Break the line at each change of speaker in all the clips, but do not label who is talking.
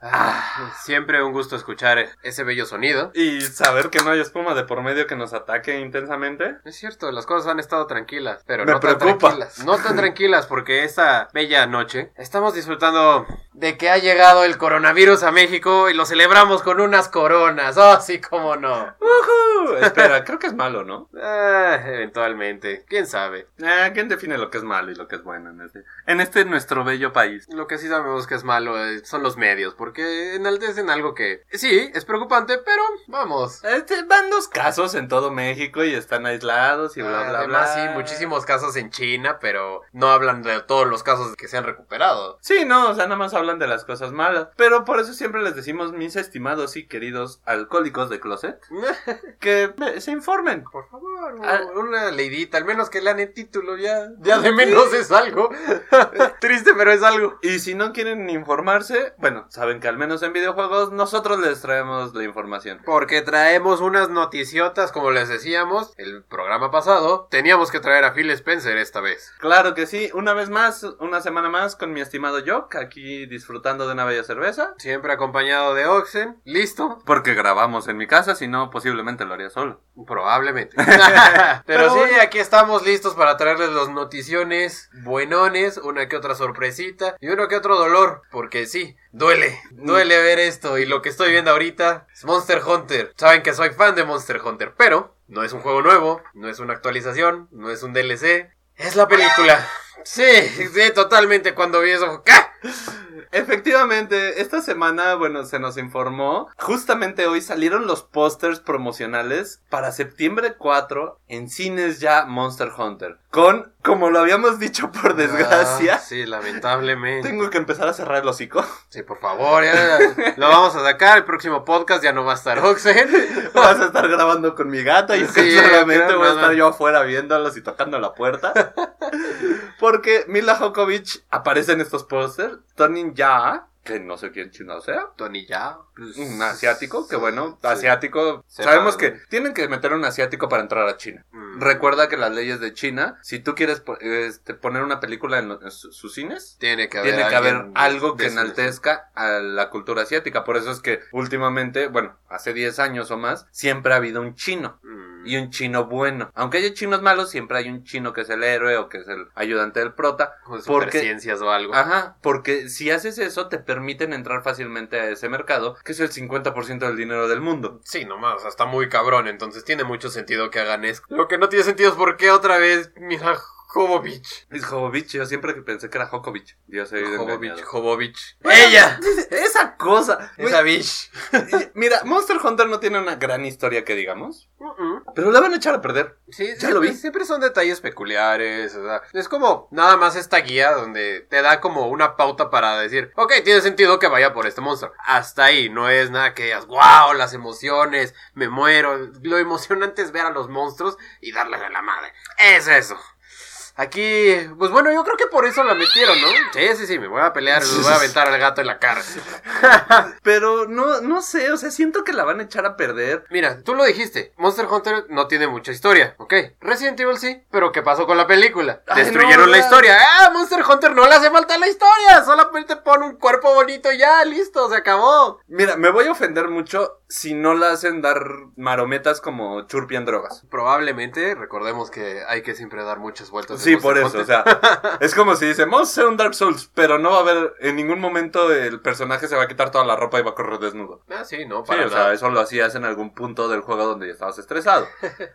Ah, Siempre un gusto escuchar ese bello sonido.
Y saber que no hay espuma de por medio que nos ataque intensamente.
Es cierto, las cosas han estado tranquilas, pero
Me
no tan
preocupa.
tranquilas. No tan tranquilas porque esta bella noche estamos disfrutando de que ha llegado el coronavirus a México y lo celebramos con unas coronas. Oh, sí, cómo no.
¡Ujú! Espera, creo que es malo, ¿no?
Ah, eventualmente, quién sabe.
Ah, ¿Quién define lo que es malo y lo que es bueno en este, en este nuestro bello país?
Lo que sí sabemos que es malo eh, son los medios, porque enaltecen algo que sí, es preocupante, pero vamos.
Este, van dos casos en todo México y están aislados y bla,
Ah,
bla,
Además,
bla.
sí, muchísimos casos en China, pero no hablan de todos los casos que se han recuperado.
Sí, no, o sea, nada más hablan de las cosas malas. Pero por eso siempre les decimos, mis estimados y queridos alcohólicos de closet, que me- se informen.
Por favor,
Ah.
una leidita, al menos que lean el título, ya, ya de menos es algo. Triste, pero es algo.
Y si no quieren informarse, bueno, saben que al menos en videojuegos nosotros les traemos la información.
Porque traemos unas noticiotas, como les decíamos, el programa pasado. Teníamos que traer a Phil Spencer esta vez.
Claro que sí, una vez más, una semana más con mi estimado Jock, aquí disfrutando de una bella cerveza.
Siempre acompañado de Oxen. ¿Listo?
Porque grabamos en mi casa, si no, posiblemente lo haría solo.
Probablemente. Pero
Pero
sí,
bueno.
aquí estamos listos para traerles los noticiones buenones, una que otra sorpresita y uno que otro dolor, porque sí, duele, duele ver esto y lo que estoy viendo ahorita es Monster Hunter. Saben que soy fan de Monster Hunter, pero no es un juego nuevo, no es una actualización, no es un DLC, es la película. Sí, sí, totalmente cuando vi eso. ¡ca!
Efectivamente, esta semana, bueno, se nos informó. Justamente hoy salieron los pósters promocionales para septiembre 4 en cines ya Monster Hunter. Con, como lo habíamos dicho por desgracia,
Ah, sí, lamentablemente.
tengo que empezar a cerrar el hocico.
Sí, por favor, ya lo vamos a sacar. El próximo podcast ya no va a estar Oxen.
Vas a estar grabando con mi gata y
Sí,
solamente
claro,
voy a
no,
estar
no.
yo afuera viéndolos y tocando la puerta. Porque Mila Jokovic aparece en estos pósters. Tonin Ya, que no sé quién chino sea.
Tony ya.
Un asiático, que bueno,
pues, Sí.
asiático.
Se
sabemos
va,
que
¿no?
tienen que meter a un asiático para entrar a China.
Mm.
Recuerda que las leyes de China, si tú quieres po- este, poner una película en, lo- en su- sus cines,
Tiene que haber,
tiene que
alguien
haber algo que
de su-
enaltezca a la cultura asiática. Por eso es que últimamente, bueno, hace 10 años o más, siempre ha habido un chino.
Mm.
Y un chino bueno. Aunque haya chinos malos, siempre hay un chino que es el héroe o que es el ayudante del prota.
Con
porque-
superciencias o algo.
Ajá, porque si haces eso te permiten entrar fácilmente a ese mercado, que es el 50% del dinero del mundo.
Sí, nomás, o sea, está muy cabrón, entonces tiene mucho sentido que hagan eso. Lo que no tiene sentido es por qué otra vez, mira, Jovovich.
Es Jovovich, yo siempre que pensé que era Jokovic. Yo soy
Jovovich,
engañado.
Jovovich.
Bueno,
¡Ella!
Esa cosa. güey,
Esa bitch.
y- Mira, Monster Hunter no tiene una gran historia que digamos,
Mm-mm.
pero la van a echar a perder.
Sí,
Ya
siempre-
lo vi.
Siempre son detalles peculiares, o sea, es como nada más esta guía donde te da como una pauta para decir, ok, tiene sentido que vaya por este monstruo. Hasta ahí, no es nada que digas, wow, las emociones, me muero. Lo emocionante es ver a los monstruos y darles a la madre. Es eso. Aquí, pues bueno, yo creo que por eso la metieron, ¿no? Sí, sí, sí, me voy a pelear, le voy a aventar al gato en la cara.
Pero no, no sé, o sea, siento que la van a echar a perder.
Mira, tú lo dijiste, Monster Hunter no tiene mucha historia, ok. Resident Evil sí, pero ¿qué pasó con la película?
Ay,
Destruyeron
no,
la
ya.
historia. ¡Ah, Monster Hunter no le hace falta la historia! Solamente pon un cuerpo bonito y ya, listo, se acabó.
Mira, me voy a ofender mucho si no la hacen dar marometas como churpian drogas.
Probablemente, recordemos que hay que siempre dar muchas vueltas. en
Sí,
Monster
por eso,
Hunter.
o sea, es como si dicen, vamos a hacer un Dark Souls, pero no va a haber, en ningún momento el personaje se va a quitar toda la ropa y va a correr desnudo.
Ah, sí, no,
Sí,
para
o sea,
nada.
eso lo hacías en algún punto del juego donde ya estabas estresado.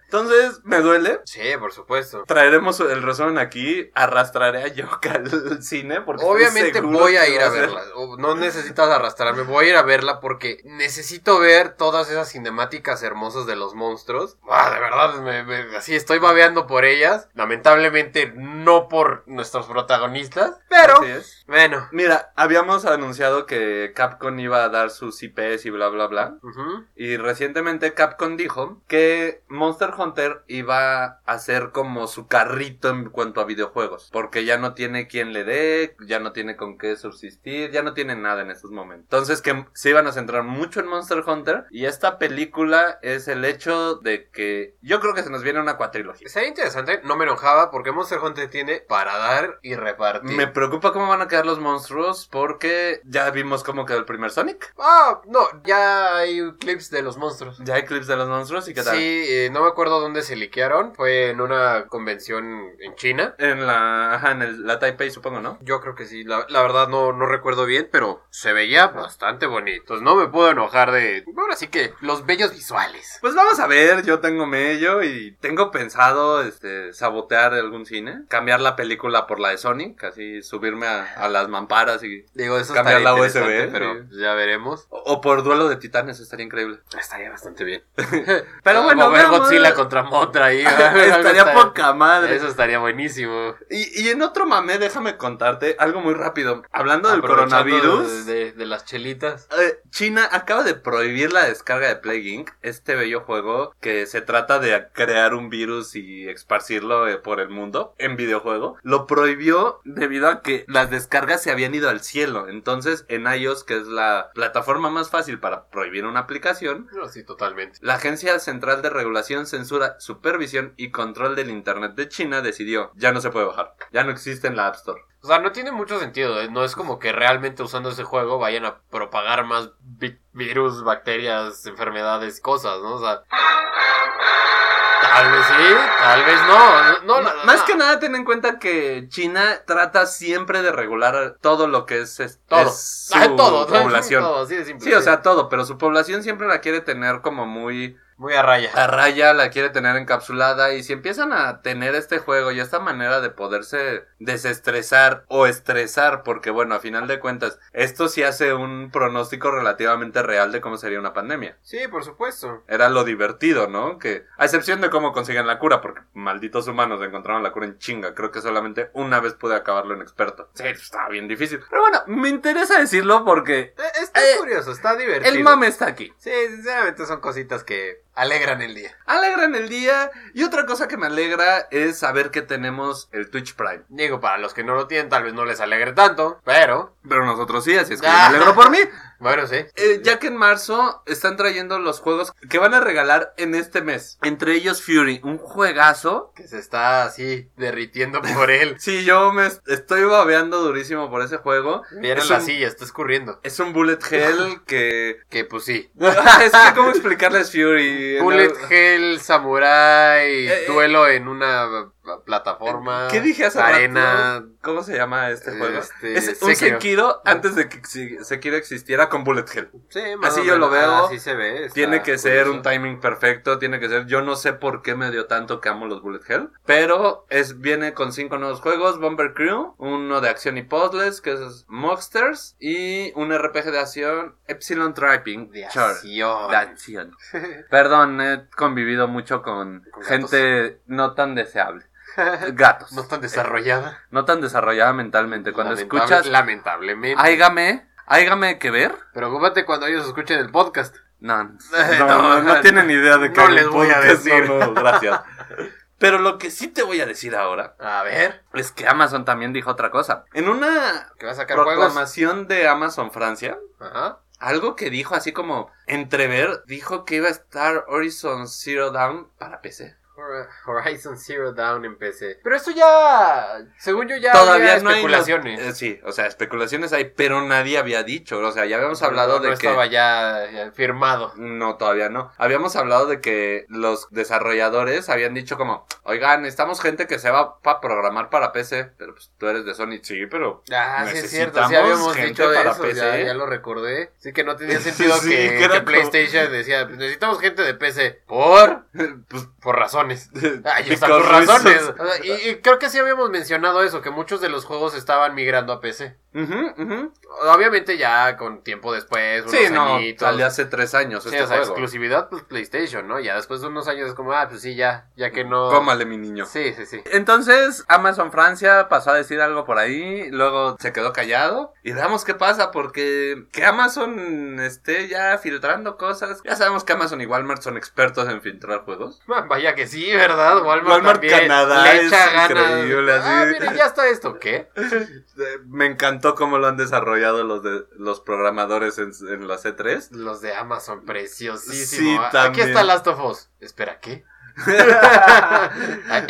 Entonces, me duele.
Sí, por supuesto.
Traeremos el resumen aquí, arrastraré a Yoka al cine porque estoy
Obviamente
seguro
voy a
que
ir
va
a
ser-
verla. o No necesitas arrastrarme, voy a ir a verla porque necesito ver todas esas cinemáticas hermosas de los monstruos. Ah, de verdad, me- me- así estoy babeando por ellas. Lamentablemente no por nuestros protagonistas, pero
Así es.
bueno.
Mira, habíamos anunciado que Capcom iba a dar sus IPs y bla bla bla.
Ujú.
Y recientemente Capcom dijo que Monster Hunter iba a ser como su carrito en cuanto a videojuegos, porque ya no tiene quien le dé, ya no tiene con qué subsistir, ya no tiene nada en estos momentos. Entonces que se iban a centrar mucho en Monster Hunter y esta película es el hecho de que yo creo que se nos viene una cuatrilogía.
Sería interesante, no me enojaba porque Monster Hunter tiene para dar y repartir.
Me preocupa cómo van a quedar los monstruos porque ya vimos cómo quedó el primer Sonic.
Ah, no, ya hay clips de los monstruos.
Ya hay clips de los monstruos y qué tal.
Sí, eh, no me acuerdo dónde se liquearon. Fue en una convención en China.
En la, ajá, en el- la Taipei supongo, ¿no?
Yo creo que sí, la, la verdad no, no recuerdo bien, pero se veía bastante bonito. Entonces, No me puedo enojar de... Ahora sí que los bellos visuales.
Pues vamos a ver, yo tengo mello y tengo pensado este, sabotear algún cine, cambiar la película por la de Sonic, así subirme a, a las mamparas y...
Digo, eso
Cambiar
estaría
la
interesante,
USB,
pero pues ya veremos.
O, o por duelo de titanes, estaría increíble.
Estaría bastante bien.
Pero
Ah,
bueno,
como ver
veamos.
Godzilla contra Motra ahí.
estaría poca madre.
Eso estaría buenísimo.
Y, y en otro mame, déjame contarte algo muy rápido. Hablando del
Ah, Aprovechando
coronavirus,
De, de- de las chelitas.
eh, China acaba de prohibir la descarga de Plague Inc., este bello juego que se trata de crear un virus y esparcirlo eh, por el mundo en videojuego. Lo prohibió debido a que las descargas se habían ido al cielo. Entonces, en iOS, que es la plataforma más fácil para prohibir una aplicación,
No, sí, totalmente.
la Agencia Central de Regulación, Censura, Supervisión y Control del Internet de China decidió, ya no se puede bajar, ya no existe en la App Store.
O sea, no tiene mucho sentido. ¿eh? No es como que realmente usando ese juego vayan a propagar más vi- virus, bacterias, enfermedades, cosas, ¿no? O sea. Tal vez sí, tal vez no. No, la-
más
la-
que nada, ten en cuenta que China trata siempre de regular todo lo que es, es-
Todo.
es su
Ah, todo, todo,
población.
todo, así de simple.
Sí, o sea, todo, pero su población siempre la quiere tener como muy
Muy a raya.
a raya, la quiere tener encapsulada y si empiezan a tener este juego y esta manera de poderse desestresar o estresar, porque bueno, a final de cuentas, esto sí hace un pronóstico relativamente real de cómo sería una pandemia.
Sí, por supuesto.
Era lo divertido, ¿no? Que, a excepción de cómo consiguen la cura, porque malditos humanos encontraron la cura en chinga. Creo que solamente una vez pude acabarlo en experto. Sí, estaba bien difícil. Pero bueno, me interesa decirlo porque
E, Está
Eh,
curioso, está divertido.
el mame está aquí.
Sí, sinceramente son cositas que alegran el día.
Alegran el día. Y otra cosa que me alegra es saber que tenemos el Twitch Prime.
Digo, para los que no lo tienen, tal vez no les alegre tanto, pero
Pero nosotros sí, así es que yo me alegro por mí.
bueno, sí.
Eh, ya que en marzo están trayendo los juegos que van a regalar en este mes. Entre ellos Fury, un juegazo
Que se está así derritiendo por él.
Sí, yo me est- estoy babeando durísimo por ese juego.
Viene
Es
la
un-
silla, está escurriendo.
Es un bullet hell que...
Que pues sí.
es que cómo explicarles Fury.
Bullet
No.
Hell, Samurai,
Eh, eh.
duelo en una uh, plataforma.
¿Qué dije hace rato?
Arena.
¿Cómo se llama este Ah.
Eh,
juego?
este,
es un
Sekiro.
Sekiro, antes de que exi- Sekiro existiera con bullet hell.
Ah, Sí,
Así yo lo veo.
Así se ve. está
Tiene que ser
curioso.
un timing perfecto, tiene que ser. Yo no sé por qué me dio tanto que amo los Bullet Hell, pero es viene con cinco nuevos juegos: Bomber Crew, uno de acción y puzzles, que es Monsters, y un RPG de acción, Epsilon Trapping.
De
Sure.
acción.
De acción. Perdón, he convivido mucho con,
Con
gente no tan deseable. Gatos.
no tan desarrollada.
No tan desarrollada mentalmente. Cuando
Lamentable-
escuchas,
Lamentablemente.
hágame, hágame que ver.
Preocúpate cuando ellos escuchen el podcast.
No, no,
no,
no,
no.
tienen idea de qué
No
hay
les
un
voy a
podcast,
decir.
no, no, gracias. Pero lo que sí te voy a decir ahora
A ver.
es que Amazon también dijo otra cosa. En una
Que va a sacar juegos.
proclamación de Amazon Francia,
Ajá.
algo que dijo así como entrever, dijo que iba a estar Horizon Zero Dawn para PC.
Hor- Horizon Zero Dawn en PC. Pero eso ya, según yo ya
Todavía
había
no hay
especulaciones.
eh, sí, o sea, especulaciones hay, pero nadie había dicho. O sea, ya habíamos hablado
No,
de
no
que
estaba ya,
eh,
ya firmado.
No, todavía no. Habíamos hablado de que los desarrolladores habían dicho como, oigan, necesitamos gente que se va para programar para PC, pero pues tú eres de Sony, sí, pero...
Ah, sí es cierto, sí
Necesitamos
habíamos
gente
dicho de
para
eso,
PC.
Ya, ya lo recordé. Sí que no tenía sentido
Sí,
que,
que
que
era como-
PlayStation decía, "Pues necesitamos gente de PC. ¿Por?
Pues,
Por razones. Ay, Ah, están
because
tus razones.
reasons.
O sea, Y, y creo que sí habíamos mencionado eso, que muchos de los juegos estaban migrando a PC.
Ujú, ujú.
Obviamente ya con tiempo después, unos
Sí, no,
añitos.
salió hace tres años
Sí,
este
o sea,
juego.
exclusividad, pues PlayStation, ¿no? Ya después de unos años es como, ah, pues sí, ya, ya que no.
Cómale, mi niño.
Sí, sí, sí.
Entonces, Amazon Francia pasó a decir algo por ahí, luego se quedó callado y veamos qué pasa, porque que Amazon esté ya filtrando cosas. Ya sabemos que Amazon y Walmart son expertos en filtrar juegos.
Ah, Vaya que sí, ¿verdad? Walmart,
Walmart
también
Canadá
le echa
es
ganas.
increíble,
Ah,
así.
mira, ya está esto, ¿qué?
Eh, Me encantó cómo lo han desarrollado los de, los programadores en, en la C3.
Los de Amazon, preciosísimo.
Sí,
Ah, Aquí
también.
está Last of Us. Espera, ¿qué?
Ah,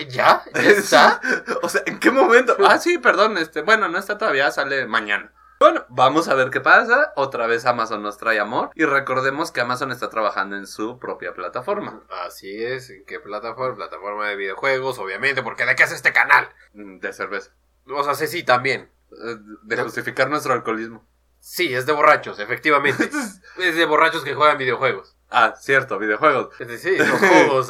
¿Ya? ¿Ya está?
o sea, ¿en qué momento?
Ah, sí, perdón, este, bueno, no está todavía, sale mañana. Bueno, vamos a ver qué pasa. Otra vez Amazon nos trae amor. Y recordemos que Amazon está trabajando en su propia plataforma.
Así es, ¿en qué plataforma? Plataforma de videojuegos, obviamente, porque ¿de qué hace este canal?
Mm, De cerveza.
O sea, sí, sí, también.
Eh, De justificar nuestro alcoholismo.
Sí, es de borrachos, efectivamente. es de borrachos que juegan videojuegos.
Ah, cierto, videojuegos.
Es decir, los juegos.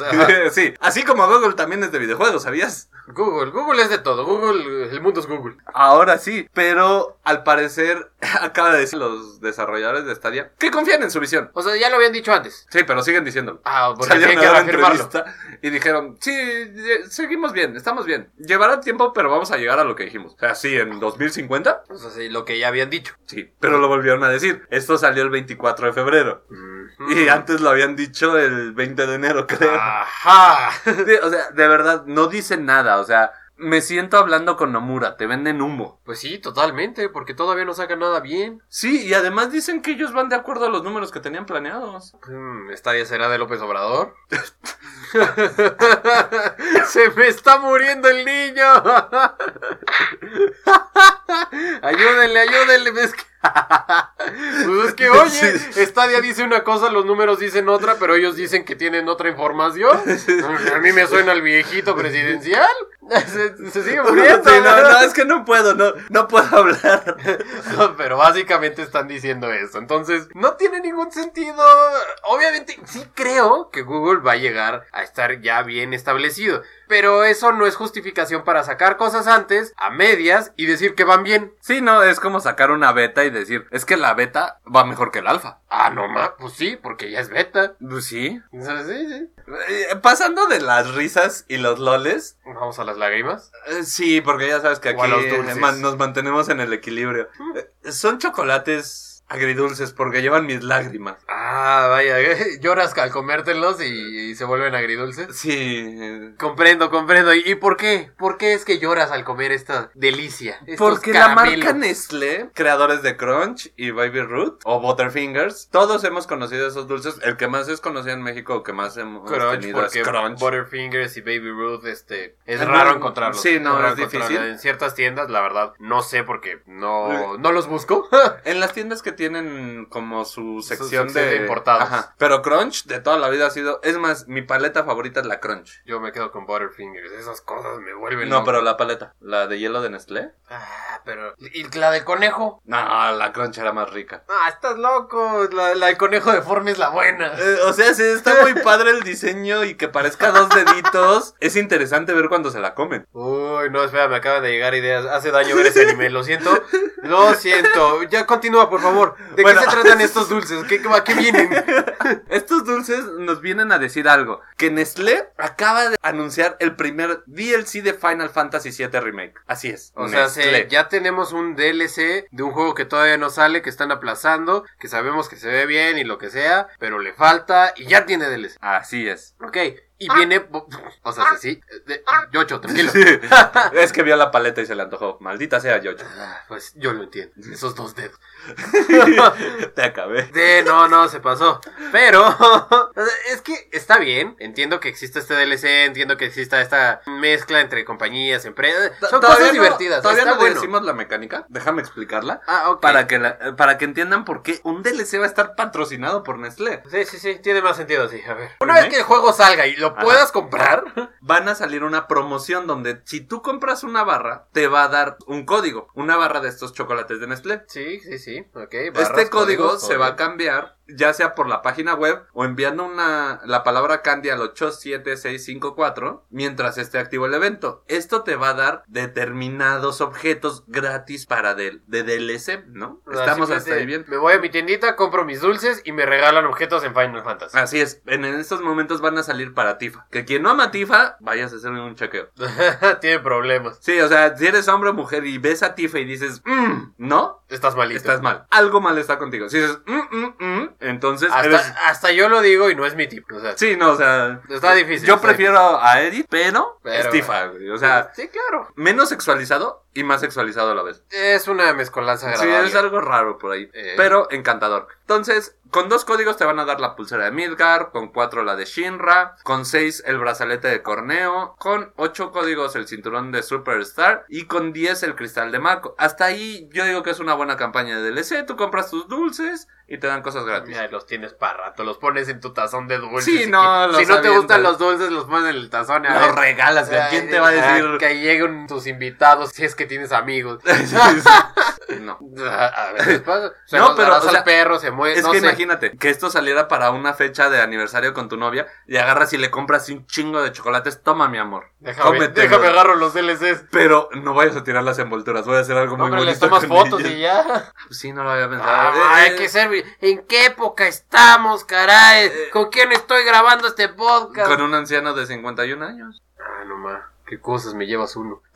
ajá.
sí, así como Google también es de videojuegos, ¿sabías?
Google, Google es de todo. Google, el mundo es Google.
Ahora sí,
Pero al parecer, acaba de decir los desarrolladores de Stadia que confían en su visión.
O sea, ya lo habían dicho antes.
Sí, pero siguen diciéndolo.
Ah, porque
Salieron
tienen
a
que
dar
reafirmarlo.
entrevista y dijeron, sí, eh, seguimos bien, estamos bien. Llevará tiempo, pero vamos a llegar a lo que dijimos. O sea, sí, en 2050,
O sea, sí, Pues lo que ya habían dicho.
sí, pero lo volvieron a decir. Esto salió el 24 de febrero.
Mm.
Y antes lo habían dicho el 20 de enero, creo.
Ah. Ajá.
Sí, O sea, de verdad, no dicen nada. O sea, me siento hablando con Nomura, te venden humo.
Pues sí, totalmente, porque todavía no sacan nada bien.
Sí, y además dicen que ellos van de acuerdo a los números que tenían planeados.
Mm, ¿Esta día será de López Obrador? ¡Se me está muriendo el niño! ayúdenle, ayúdenle. Es que, pues es que oye,
Sí.
Stadia dice una cosa, los números dicen otra, pero ellos dicen que tienen otra información. A mí me suena el viejito presidencial. Se, se sigue muriendo.
Sí, no, no, es que no puedo, no, no puedo hablar.
Pero básicamente están diciendo eso. Entonces, no tiene ningún sentido. Obviamente, sí creo que Google va a llegar a estar ya bien establecido. Pero eso no es justificación para sacar cosas antes, a medias, y decir que van bien.
Sí, no, es como sacar una beta y decir, es que la beta va mejor que el alfa.
Ah, no más. Pues sí, porque ya es beta.
Pues sí.
Entonces, sí, sí.
Eh, Pasando de las risas y los loles,
Vamos a las lágrimas.
eh, sí, porque ya sabes que
O a
aquí
los dulces. Mm.
eh, man- nos mantenemos en el equilibrio. Eh, Son chocolates agridulces porque llevan mis lágrimas.
Ah, vaya. Lloras al comértelos y, y se vuelven agridulces.
Sí. eh,
Comprendo, comprendo. ¿Y, y por qué? ¿Por qué es que lloras al comer esta delicia? Estos
Porque la
caramelos?
marca Nestlé, creadores de Crunch y Baby Root o Butterfingers, todos hemos conocido esos dulces. El que más es conocido en México, o que más hemos
Crunch,
tenido
porque
es Crunch.
Butterfingers y Baby Ruth, este, es
Ah,
raro
no,
encontrarlos.
sí, no,
raro
es difícil.
encontrarlos. En ciertas tiendas, la verdad, no sé porque no, no los busco.
En las tiendas que tienen como su sección
sección de importados.
Pero Crunch de toda la vida ha sido. Es más, mi paleta favorita es la Crunch.
Yo me quedo con Butterfingers, esas cosas me vuelven.
No,
loco.
pero la paleta. ¿La de hielo de Nestlé?
Ah, pero... ¿Y la del conejo?
No, la Crunch era más rica.
Ah, estás loco, la, la del conejo deforme es la buena.
Eh, o sea, sí, está muy padre el diseño y que parezca dos deditos. es interesante ver cuando se la comen.
Uy, no, espera, me acaban de llegar ideas. Hace daño ver ese anime, lo siento. Lo siento. Ya continúa, por favor. ¿De
Bueno.
qué se tratan estos dulces? ¿Qué, qué, a qué vienen?
Estos dulces nos vienen a decir algo. Que Nestlé acaba de anunciar el primer DLC de Final Fantasy VII Remake. Así es.
O sea, se-
Nestlé.
ya tenemos un DLC de un juego que todavía no sale, que están aplazando, que sabemos que se ve bien y lo que sea, pero le falta y ya tiene DLC.
Así es.
Ok, y viene... O sea, sí, sí. de- Yocho, tranquilo.
es que vio la paleta y se le antojó. Maldita sea, Yocho.
Ah, Pues yo lo entiendo, esos dos dedos.
Te acabé.
De, no, no, se pasó. Pero o sea, es que está bien. Entiendo que exista este DLC, entiendo que exista esta mezcla entre compañías, empresas. Son
Todavía
cosas
no-
divertidas.
Todavía
está
no
bueno.
decimos la mecánica. Déjame explicarla.
Ah, ok.
Para que, la- para que entiendan por qué un DLC va a estar patrocinado por Nestlé.
Sí, sí, sí, tiene más sentido así. A ver. Una
Remake.
vez que el juego salga y lo
Ajá.
puedas comprar,
Van a salir una promoción donde si tú compras una barra, te va a dar un código. Una barra de estos chocolates de Nestlé.
Sí, sí, sí. Ok.
este código se va a cambiar ya sea por la página web o enviando una la palabra candy al 87654 mientras esté activo el evento. Esto te va a dar determinados objetos gratis para del- de, DLC, ¿no? Estamos hasta ahí bien.
Me voy a mi tiendita, compro mis dulces y me regalan objetos en Final Fantasy.
Así es, en estos momentos van a salir para Tifa. Que quien no ama a Tifa, vayas a hacer un chequeo. Ah.
Tiene problemas.
Sí, o sea, si eres hombre o mujer y ves a Tifa y dices, "Mm", no,
Estás malito.
estás mal. Algo mal está contigo. Si dices, "Mm, mm, mm", entonces
hasta,
eres-
hasta yo lo digo y no es mi tipo. O sea,
Sí, no, o sea.
Está difícil,
Yo
está
prefiero a Edith, pero,
Pero- eh,
es Tifa, güey. O sea,
sí, claro.
menos sexualizado y más sexualizado a la vez.
Es una mezcolanza
Sí,
agradable.
es algo raro por ahí,
Eh.
pero encantador. Entonces, con dos códigos te van a dar la pulsera de Midgar, con cuatro la de Shinra, con seis el brazalete de Corneo, con ocho códigos el cinturón de Superstar y con diez el cristal de Marco. Hasta ahí yo digo que es una buena campaña de DLC, tú compras tus dulces y te dan cosas gratis.
Mira, los tienes para rato, los pones en tu tazón de dulces.
Sí,
y
no,
que-
los
si no te
avientas.
gustan los dulces, los pones en el tazón. a
Los
ver.
regalas, güey. ¿quién te va a
Ay, ah,
decir?
Que lleguen tus invitados si es que tienes amigos. Ah,
No.
A ver, después se
No,
no,
pero,
pero,
o
al
sea,
perro, se mueve.
Es
no
que
sé.
imagínate que esto saliera para una fecha de aniversario con tu novia y agarras y le compras un chingo de chocolates. Toma, mi amor.
Déjame,
cómetelo.
déjame agarro los DLCs.
Pero no vayas a tirar las envolturas. Voy a hacer algo muy
Hombre,
bonito.
les tomas
con
fotos
ellas.
y ya.
Sí, no lo había pensado.
Ah,
Eh,
hay que ser. ¿En qué época estamos, caray? ¿Con quién estoy grabando este podcast?
Eh, Con un anciano de 51 años.
Ah, no más. ¿Qué cosas me llevas uno?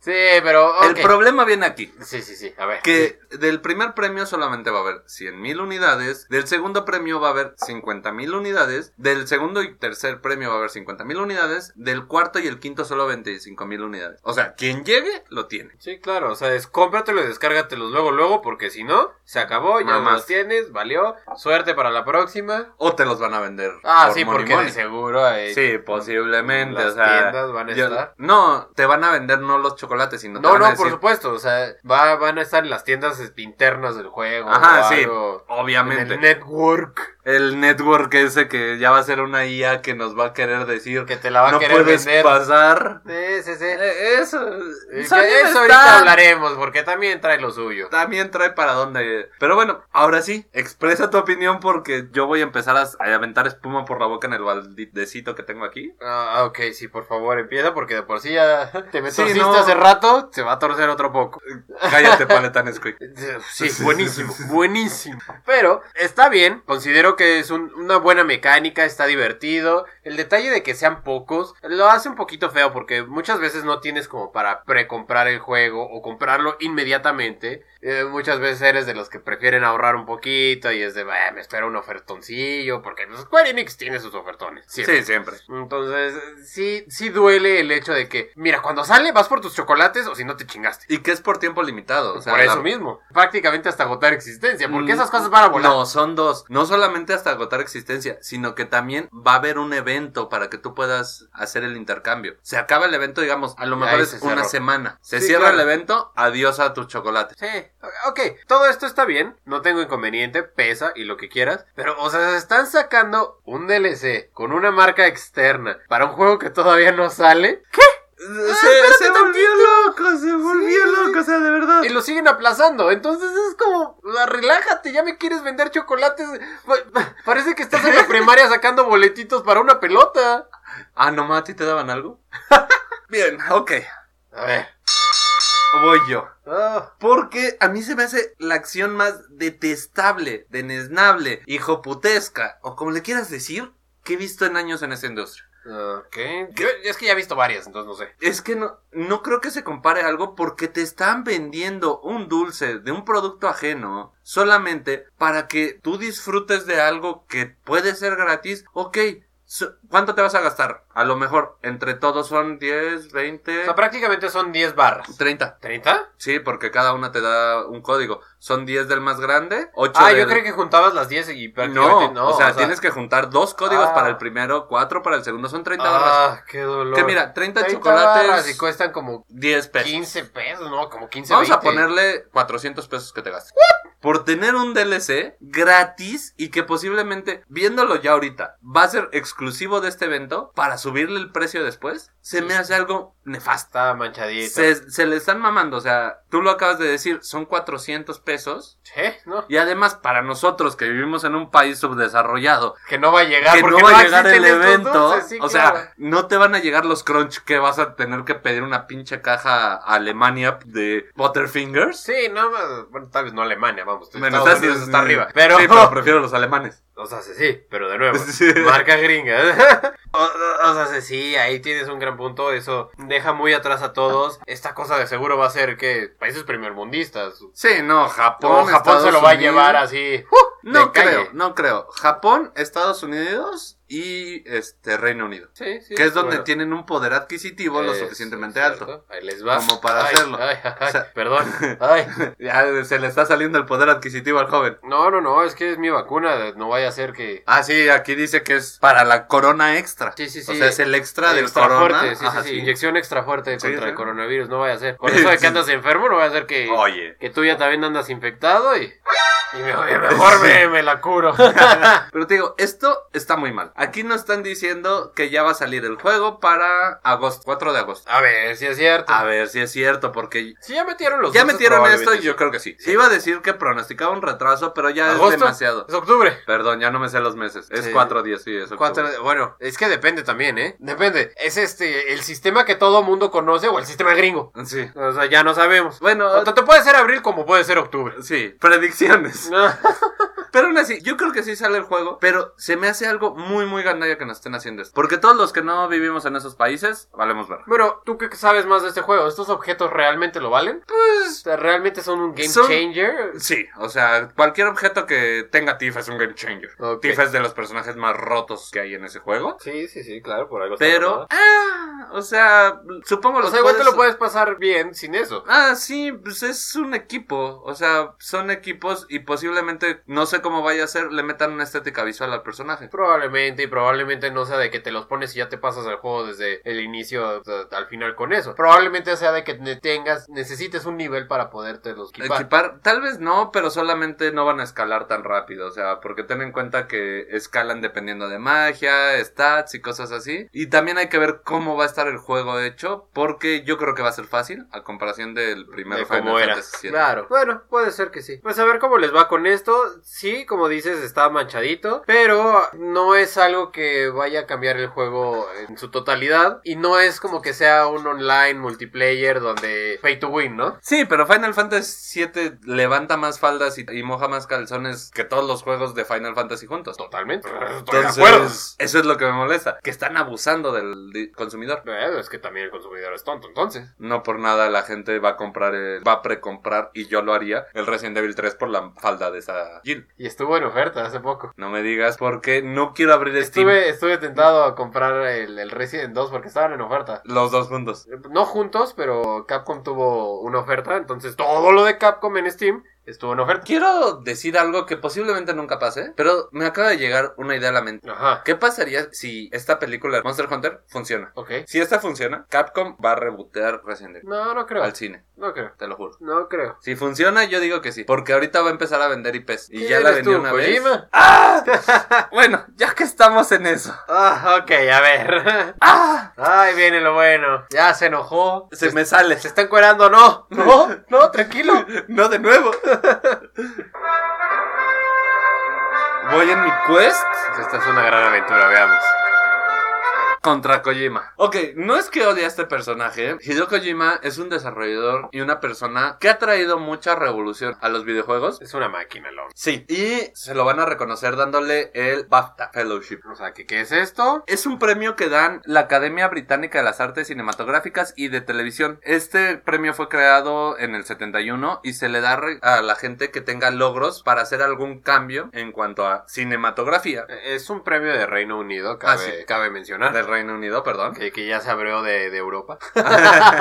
sí, pero. ok.
El problema viene aquí.
Sí, sí, sí. A ver.
Que del primer premio solamente va a haber 100.000 unidades, del segundo premio va a haber 50.000 unidades, del segundo y tercer premio va a haber 50.000 unidades, del cuarto y el quinto solo 25.000 unidades. O sea, quien llegue lo tiene.
Sí, claro, o sea, descómpratelo y descárgatelos luego, luego, porque si no, se acabó, ya no
Mamás.
los tienes, valió, suerte para la próxima.
O te los van a vender.
Ah,
por
sí,
money
porque
money.
de seguro hay...
Sí, posiblemente.
Las
o sea,
tiendas van a estar.
No, te van a vender no los chocolates, sino te
No,
van a
no,
decir-
por supuesto, o sea, va, van a estar en las tiendas internas del juego.
Ajá,
o
sí.
algo, en
Obviamente.
el network
el network ese que ya va a ser una IA que nos va a querer decir
que te la va a
no
querer
puedes
vender.
pasar.
Sí, sí, sí.
Eh, Eso.
Eh,
Sony
que eso
está-
ahorita hablaremos, porque también trae lo suyo.
También trae para dónde. Pero bueno, ahora sí, expresa tu opinión porque yo voy a empezar a, a aventar espuma por la boca en el baldecito que tengo aquí.
Ah, ok, sí, por favor, empieza, porque de por sí ya te me
Sí,
torciste
no.
hace rato, se va a torcer otro poco.
Cállate, paletan Squeak.
Sí, buenísimo, buenísimo. Pero está bien, considero que es un- una buena mecánica, está divertido. El detalle de que sean pocos lo hace un poquito feo porque muchas veces no tienes como para precomprar el juego o comprarlo inmediatamente. Eh, muchas veces eres de los que prefieren ahorrar un poquito y es de, "Bah, me espero un ofertoncillo porque pues, Square Enix tiene sus ofertones. siempre.
Sí, siempre.
Entonces, sí, sí duele el hecho de que, mira, cuando sale vas por tus chocolates o si no te chingaste.
Y que es por tiempo limitado. O sea,
Por eso
la-
mismo. Prácticamente hasta agotar existencia. Porque
Mm,
esas cosas van a volar.
No, son dos. No solamente hasta agotar existencia, sino que también va a haber un evento para que tú puedas hacer el intercambio. Se acaba el evento, digamos, a lo
Y
mejor
ahí
es
se cerró.
una semana. Se
Sí,
cierra
claro.
el evento, adiós a tus chocolates.
Sí, ok, todo esto está bien, no tengo inconveniente, pesa y lo que quieras, pero o sea, se están sacando un DLC con una marca externa para un juego que todavía no sale
Eh, Ah, se, volvió loco, se volvió loco, o sea, de verdad.
y lo siguen aplazando, entonces es como, "Ah, relájate, ya me quieres vender chocolates, Pa- pa- parece que estás en la primaria sacando boletitos para una pelota.
Ah, no, ¿a ti te daban algo? Bien, ok.
A ver,
Voy yo.
Ah,
Porque a mí se me hace la acción más detestable, deneznable, hijoputesca, o como le quieras decir, que he visto en años en esa industria.
ok, Yo- es que ya he visto varias, entonces no sé.
Es que no, no creo que se compare a algo porque te están vendiendo un dulce de un producto ajeno solamente para que tú disfrutes de algo que puede ser gratis. Ok, so- ¿cuánto te vas a gastar? A lo mejor entre todos son 10,
O
20,
sea, prácticamente son 10 barras.
30.
¿30?
Sí, porque cada una te da un código. Son 10 del más grande, 8
Ah,
del...
yo creí que juntabas las 10 y
No,
prácticamente
o, sea, tienes que juntar dos códigos
Ah.
para el primero, cuatro para el segundo, son 30 barras.
Ah, qué dolor.
Que mira, 30,
30
chocolates,
barras y cuestan como
10 pesos.
15 pesos, ¿no? Como 15
Vamos a
20.
ponerle 400 pesos que te gastes. Por tener un DLC gratis y que posiblemente, viéndolo ya ahorita, va a ser exclusivo de este evento para subirle el precio después, se me hace algo nefasto.
Está manchadito.
Se, se le están mamando, o sea, tú lo acabas de decir, son 400 pesos.
¿Eh? ¿No?
Y además, para nosotros que vivimos en un país subdesarrollado,
Que no va a llegar.
que
Ah, porque
no va a llegar el
existen estos
evento,
dulces, sí,
o
claro.
sea, no te van a llegar los crunch que vas a tener que pedir una pinche caja a Alemania de Butterfingers.
Sí, no, bueno, tal vez no Alemania, vamos.
Bueno,
Estados
estás-
Unidos está arriba. Pero,
Sí, pero prefiero los alemanes.
O sea, sí, sí, pero de nuevo,
Sí.
marca gringa. o, o- o sea, sí, sí, ahí tienes un gran punto. Eso deja muy atrás a todos. Esta cosa de seguro va a ser que países primermundistas.
Sí, no,
No, Japón
Japón.
se
Estados
lo va a
Unidos. Uh,
llevar así.
No
de calle.
creo, no creo. Japón, Estados Unidos y este Reino Unido.
Sí, sí.
que es donde
bueno.
tienen un poder adquisitivo lo
Es-
suficientemente
es
alto.
cierto. Ahí les va.
Como para
Ay,
hacerlo.
ay, ay, ay,
O sea-
perdón. Ay.
Ya se le está saliendo el poder adquisitivo al joven.
No, no, no, es que es mi vacuna. No vaya a ser que.
Ah, sí, aquí dice que es para la corona extra.
Sí, sí,
O
sí.
sea, es el extra del
extra
corona.
fuerte, sí,
Ajá,
sí, sí, Inyección extra fuerte
Sí,
contra
sí.
el coronavirus, no vaya a ser. Por eso de que andas enfermo, no vaya a ser que,
Oye.
que tú ya también andas infectado y. y me- mejor me, me la curo.
Pero te digo, esto está muy mal. Aquí nos están diciendo que ya va a salir el juego para agosto, 4 de agosto.
a ver, si es cierto.
A ver si es cierto, porque
Si ya metieron los
Ah. ya
dulces,
metieron esto y
probablemente
yo creo que sí. Iba a decir que pronosticaba un retraso, pero ya es
¿Agosto?
demasiado.
sí. Es octubre.
Perdón, ya no me sé los meses. Es
Sí.
4 días, sí, es octubre.
Cuatro- bueno, es que depende también, ¿eh? Depende. ¿Es este el sistema que todo mundo conoce o el sistema gringo?
Sí.
O sea, ya no sabemos.
Bueno,
O tanto puede ser abril como puede ser octubre.
sí, predicciones.
Ah.
Pero aún así, yo creo que sí sale el juego, pero se me hace algo muy, muy gandalla que nos estén haciendo esto. Porque todos los que no vivimos en esos países, valemos ver.
Bueno, ¿tú qué sabes más de este juego? ¿Estos objetos realmente lo valen? Pues, ¿realmente son un game
son-
changer?
Sí, o sea, cualquier objeto que tenga Tifa es un game changer.
Ok.
Tifa es de los personajes más rotos que hay en ese juego.
Sí, sí, sí, claro, por algo. está
Pero,
armada.
ah, o sea, supongo
O
los
sea, igual te lo puedes pasar bien sin eso.
Ah, sí, pues es un equipo. O sea, son equipos y posiblemente, no sé cómo vaya a ser, le metan una estética visual al personaje.
Probablemente, y probablemente no sea de que te los pones y ya te pasas el juego desde el inicio o sea, al final con eso. Probablemente sea de que ne- tengas, necesites un nivel para poderte los
Equipar.
equipar.
tal vez no, pero solamente no van a escalar tan rápido, o sea, porque ten en cuenta que escalan dependiendo de magia, stats y cosas así. Y también hay que ver cómo va a estar el juego hecho, porque yo creo que va a ser fácil a comparación del primer
de
Final
cómo era.
Fantasy VII.
Claro. Bueno, puede ser que sí. Pues a ver cómo les va con esto. Sí, como dices, está manchadito, pero no es algo que vaya a cambiar el juego en su totalidad y no es como que sea un online multiplayer donde pay to win, ¿no?
Sí, pero Final Fantasy VII levanta más faldas y, y moja más calzones que todos los juegos de Final Fantasy juntos.
Totalmente.
Entonces, eso es lo que me molesta, que están abusando del di- consumidor.
Eh, es que también el consumidor es tonto, entonces.
No por nada la gente va a comprar, el- va a precomprar, y yo lo haría, el Resident Evil 3 por la falda de esa Jill.
Y estuvo en oferta hace poco.
No me digas porque no quiero abrir Steam.
Estuve, estuve tentado a comprar el, el Resident 2 porque estaban en oferta.
Los dos juntos.
No juntos, pero Capcom tuvo una oferta, entonces todo lo de Capcom en Steam estuvo en oferta.
Quiero decir algo que posiblemente nunca pase, pero me acaba de llegar una idea a la mente.
Ajá.
¿Qué pasaría si esta película Monster Hunter funciona?
Ok.
Si esta funciona, Capcom va a rebotear Resident Evil
No, no creo.
al cine,
No creo.
te lo juro.
No creo.
Si funciona, yo digo que sí, porque ahorita va a empezar a vender IPs y
¿Quién
ya la
eres
vendió
tú,
una vez. ¡Ah!
Kojima?
Bueno, ya que estamos en eso.
Ah, ok, a ver.
¡Ah!
Ay, viene lo bueno. Ya se enojó.
Se me sale.
¿Se está encuerando no? No, no, tranquilo.
No de nuevo. Voy en mi quest
Esta es una gran aventura, veamos.
contra Kojima. Ok, no es que odie a este personaje. Hideo Kojima es un desarrollador y una persona que ha traído mucha revolución a los videojuegos.
Es una máquina, el hombre.
Sí. Y se lo van a reconocer dándole el BAFTA Fellowship.
O sea, ¿qué, qué es esto?
Es un premio que dan la Academia Británica de las Artes Cinematográficas y de Televisión. Este premio fue creado en el 71 y se le da re- a la gente que tenga logros para hacer algún cambio en cuanto a cinematografía
Es un premio de Reino Unido, cabe,
Ah, sí.
cabe mencionar.
del Reino Unido, perdón.
Que, que ya se abrió de, de Europa.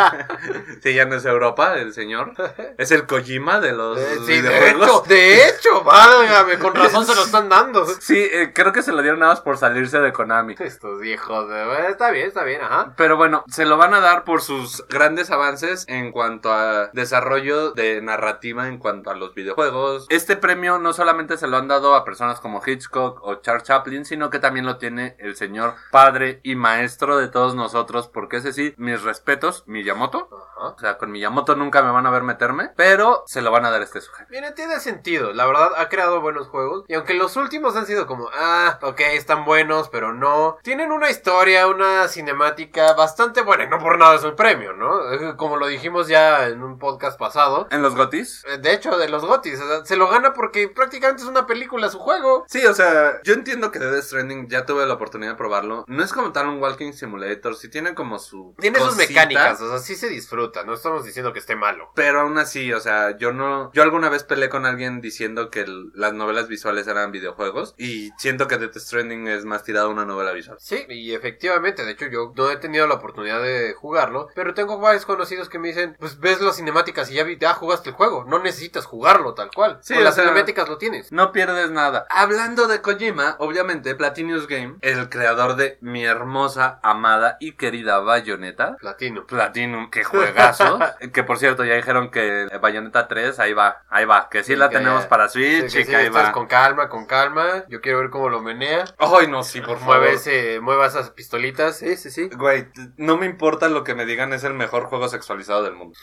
sí, ya no es Europa, el señor. Es el Kojima de los
Eh, sí, de
videojuegos.
hecho, de hecho, válgame, con razón se lo están dando.
Sí, eh, creo que se lo dieron nada más por salirse de Konami.
Estos hijos de... eh, Está bien, está bien, ajá.
Pero bueno, se lo van a dar por sus grandes avances en cuanto a desarrollo de narrativa en cuanto a los videojuegos. Este premio no solamente se lo han dado a personas como Hitchcock o Charles Chaplin, sino que también lo tiene el señor padre y maestro de todos nosotros, porque ese sí, mis respetos, Miyamoto.
Ajá.
O sea, con Miyamoto nunca me van a ver meterme, pero se lo van a dar a este sujeto.
Mira, tiene sentido. La verdad, ha creado buenos juegos. Y aunque los últimos han sido como, ah, ok, están buenos, pero no. Tienen una historia, una cinemática bastante buena. y No por nada es el premio, ¿no? Eh, Como lo dijimos ya en un podcast pasado.
¿En los gotis?
eh, De hecho, de los Gotis. o sea, Se lo gana porque prácticamente es una película su juego.
Sí, o sea, yo entiendo que Death Stranding ya tuve la oportunidad de probarlo. No es como tal un Walking Simulator, sí tiene como su.
Tiene sus
cosita,
mecánicas, o sea, sí se disfruta. No estamos diciendo que esté malo.
Pero aún así, o sea, yo no. Yo alguna vez peleé con alguien diciendo que el- las novelas visuales eran videojuegos. Y siento que Death Stranding es más tirado a una novela visual.
Sí, y efectivamente, de hecho yo no he tenido la oportunidad de jugarlo, pero tengo varios conocidos que me dicen, pues ves las cinemáticas y ya, vi- ya jugaste el juego, no necesitas jugarlo tal cual.
Sí,
Con
o
las
sea-
cinemáticas lo tienes.
No pierdes nada. Hablando de Kojima, obviamente, Platinus Game, el creador de mi hermosa, amada y querida Bayonetta.
Platino.
Platinum, qué juegazo. que por cierto, ya dijeron que Bayonetta 3, ahí va, ahí va. Que sí la
Que-
tenemos para
Sí,
Switch,
sí,
y
sí,
que ahí
estás
va.
con calma, con calma. Yo quiero ver cómo lo menea.
Ay, no, sí, por favor.
Mueve, ese, mueva esas pistolitas. Sí, sí, sí.
Güey, t- no me importa lo que me digan, es el mejor juego sexualizado del mundo.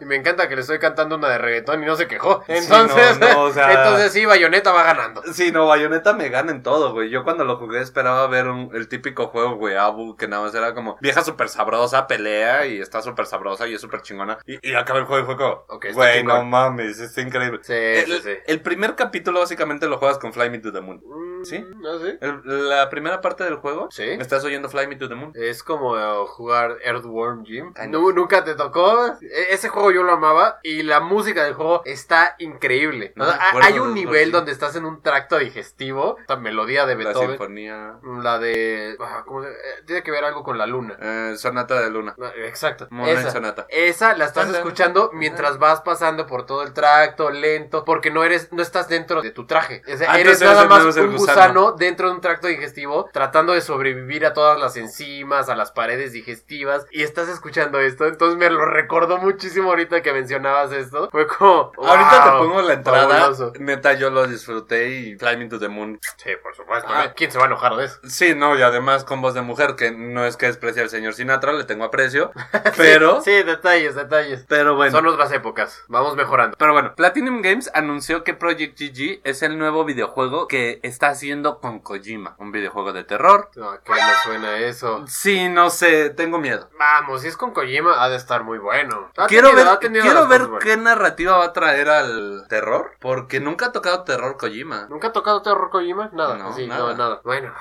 Y me encanta que le estoy cantando una de reggaetón y no se quejó.
Sí,
Entonces,
no, no, o sea-
entonces sí, Bayonetta va ganando.
Sí, no, Bayonetta me gana en todo, güey. Yo cuando lo jugué esperaba ver un- el típico juego, güey, Abu, que nada más era como vieja súper sabrosa, pelea y está súper sabrosa y es súper chingona. Y, y acaba el juego y fue como,
Ok, está
güey,
chingón.
no mames, está increíble.
Sí,
el,
sí, sí.
el primer capítulo básicamente lo juegas con Fly Me to the Moon.
Mm,
¿Sí?
¿No sé?
El- la primera parte del juego,
Sí.
estás oyendo Fly Me to the Moon.
Es como eh, jugar Earthworm Jim.
Kind
Nu- nunca te tocó. E- ese juego yo lo amaba y la música del juego está increíble.
No
O sea,
me
ha-
acuerdo
hay un
de
nivel
Earthworm Jim.
donde estás en un tracto digestivo. Esta melodía de
La
Beethoven.
sinfonía,
La de... ah, ¿cómo se- eh, Tiene que ver algo con la luna.
eh, Sonata de Luna.
Ah, Exacto.
Moonlight
Esa.
Sonata.
Esa la estás
Ajá.
escuchando mientras vas pasando por todo el tracto, lento, porque no eres, no estás dentro de tu traje. O sea,
Ah,
eres
entonces
nada
eres
más
menos el
un gusano.
gusano.
dentro de un tracto digestivo, tratando de sobrevivir a todas las enzimas, a las paredes digestivas, y estás escuchando esto. Entonces me lo recordó muchísimo ahorita que mencionabas esto. Fue como.
Ah, Ahorita te
wow,
pongo la entrada.
fabuloso.
Neta, yo lo disfruté y Fly Me to the Moon.
Sí, por supuesto.
Ah.
¿Quién se va a enojar de eso?
Sí, no, y además con voz de mujer, que no es que desprecie al señor Sinatra, le tengo aprecio. Pero,
Sí, detalles, detalles.
pero bueno.
Son otras épocas. Vamos mejorando.
Pero bueno, Platinum Games anunció que Project GG es el nuevo videojuego que está haciendo con Kojima. Un videojuego de terror.
No, ¿Qué me suena eso?
Sí, no sé, tengo miedo.
Vamos, si es con Kojima, ha de estar muy bueno. Ha
quiero
tenido- ha
ver,
tenido
quiero
las
ver
cosas buenas.
qué narrativa va a traer al terror, porque nunca ha tocado terror Kojima.
¿Nunca ha tocado terror Kojima? Nada,
No,
sí,
nada.
no, nada. Bueno,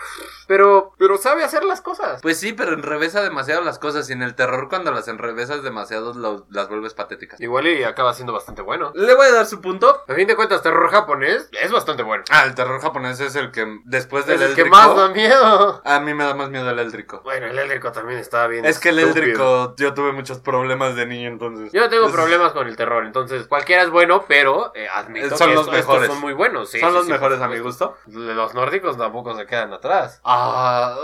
pero, pero sabe hacer las cosas.
Pues sí, pero enrevesa demasiado las cosas y en el terror cuando las enrevesas demasiado lo- las vuelves patéticas.
Igual y acaba siendo bastante bueno.
Le voy a dar su punto.
A fin de cuentas, terror japonés es bastante bueno.
Ah, el terror japonés es el que después del
Es el que
Eldrico,
más da miedo.
A mí me da más miedo el Eldrico.
Bueno, el Eldrico también estaba bien.
Es que el
estúpido.
Eldrico, yo tuve muchos problemas de niño entonces.
Yo no tengo
Es-
problemas con el terror, entonces cualquiera es bueno, pero eh, admito
Son
que
los
estos- estos
mejores.
son muy buenos. sí,
Son
sí,
los
sí,
mejores
por
a mi gusto.
supuesto. Los nórdicos tampoco se quedan atrás.
Ah,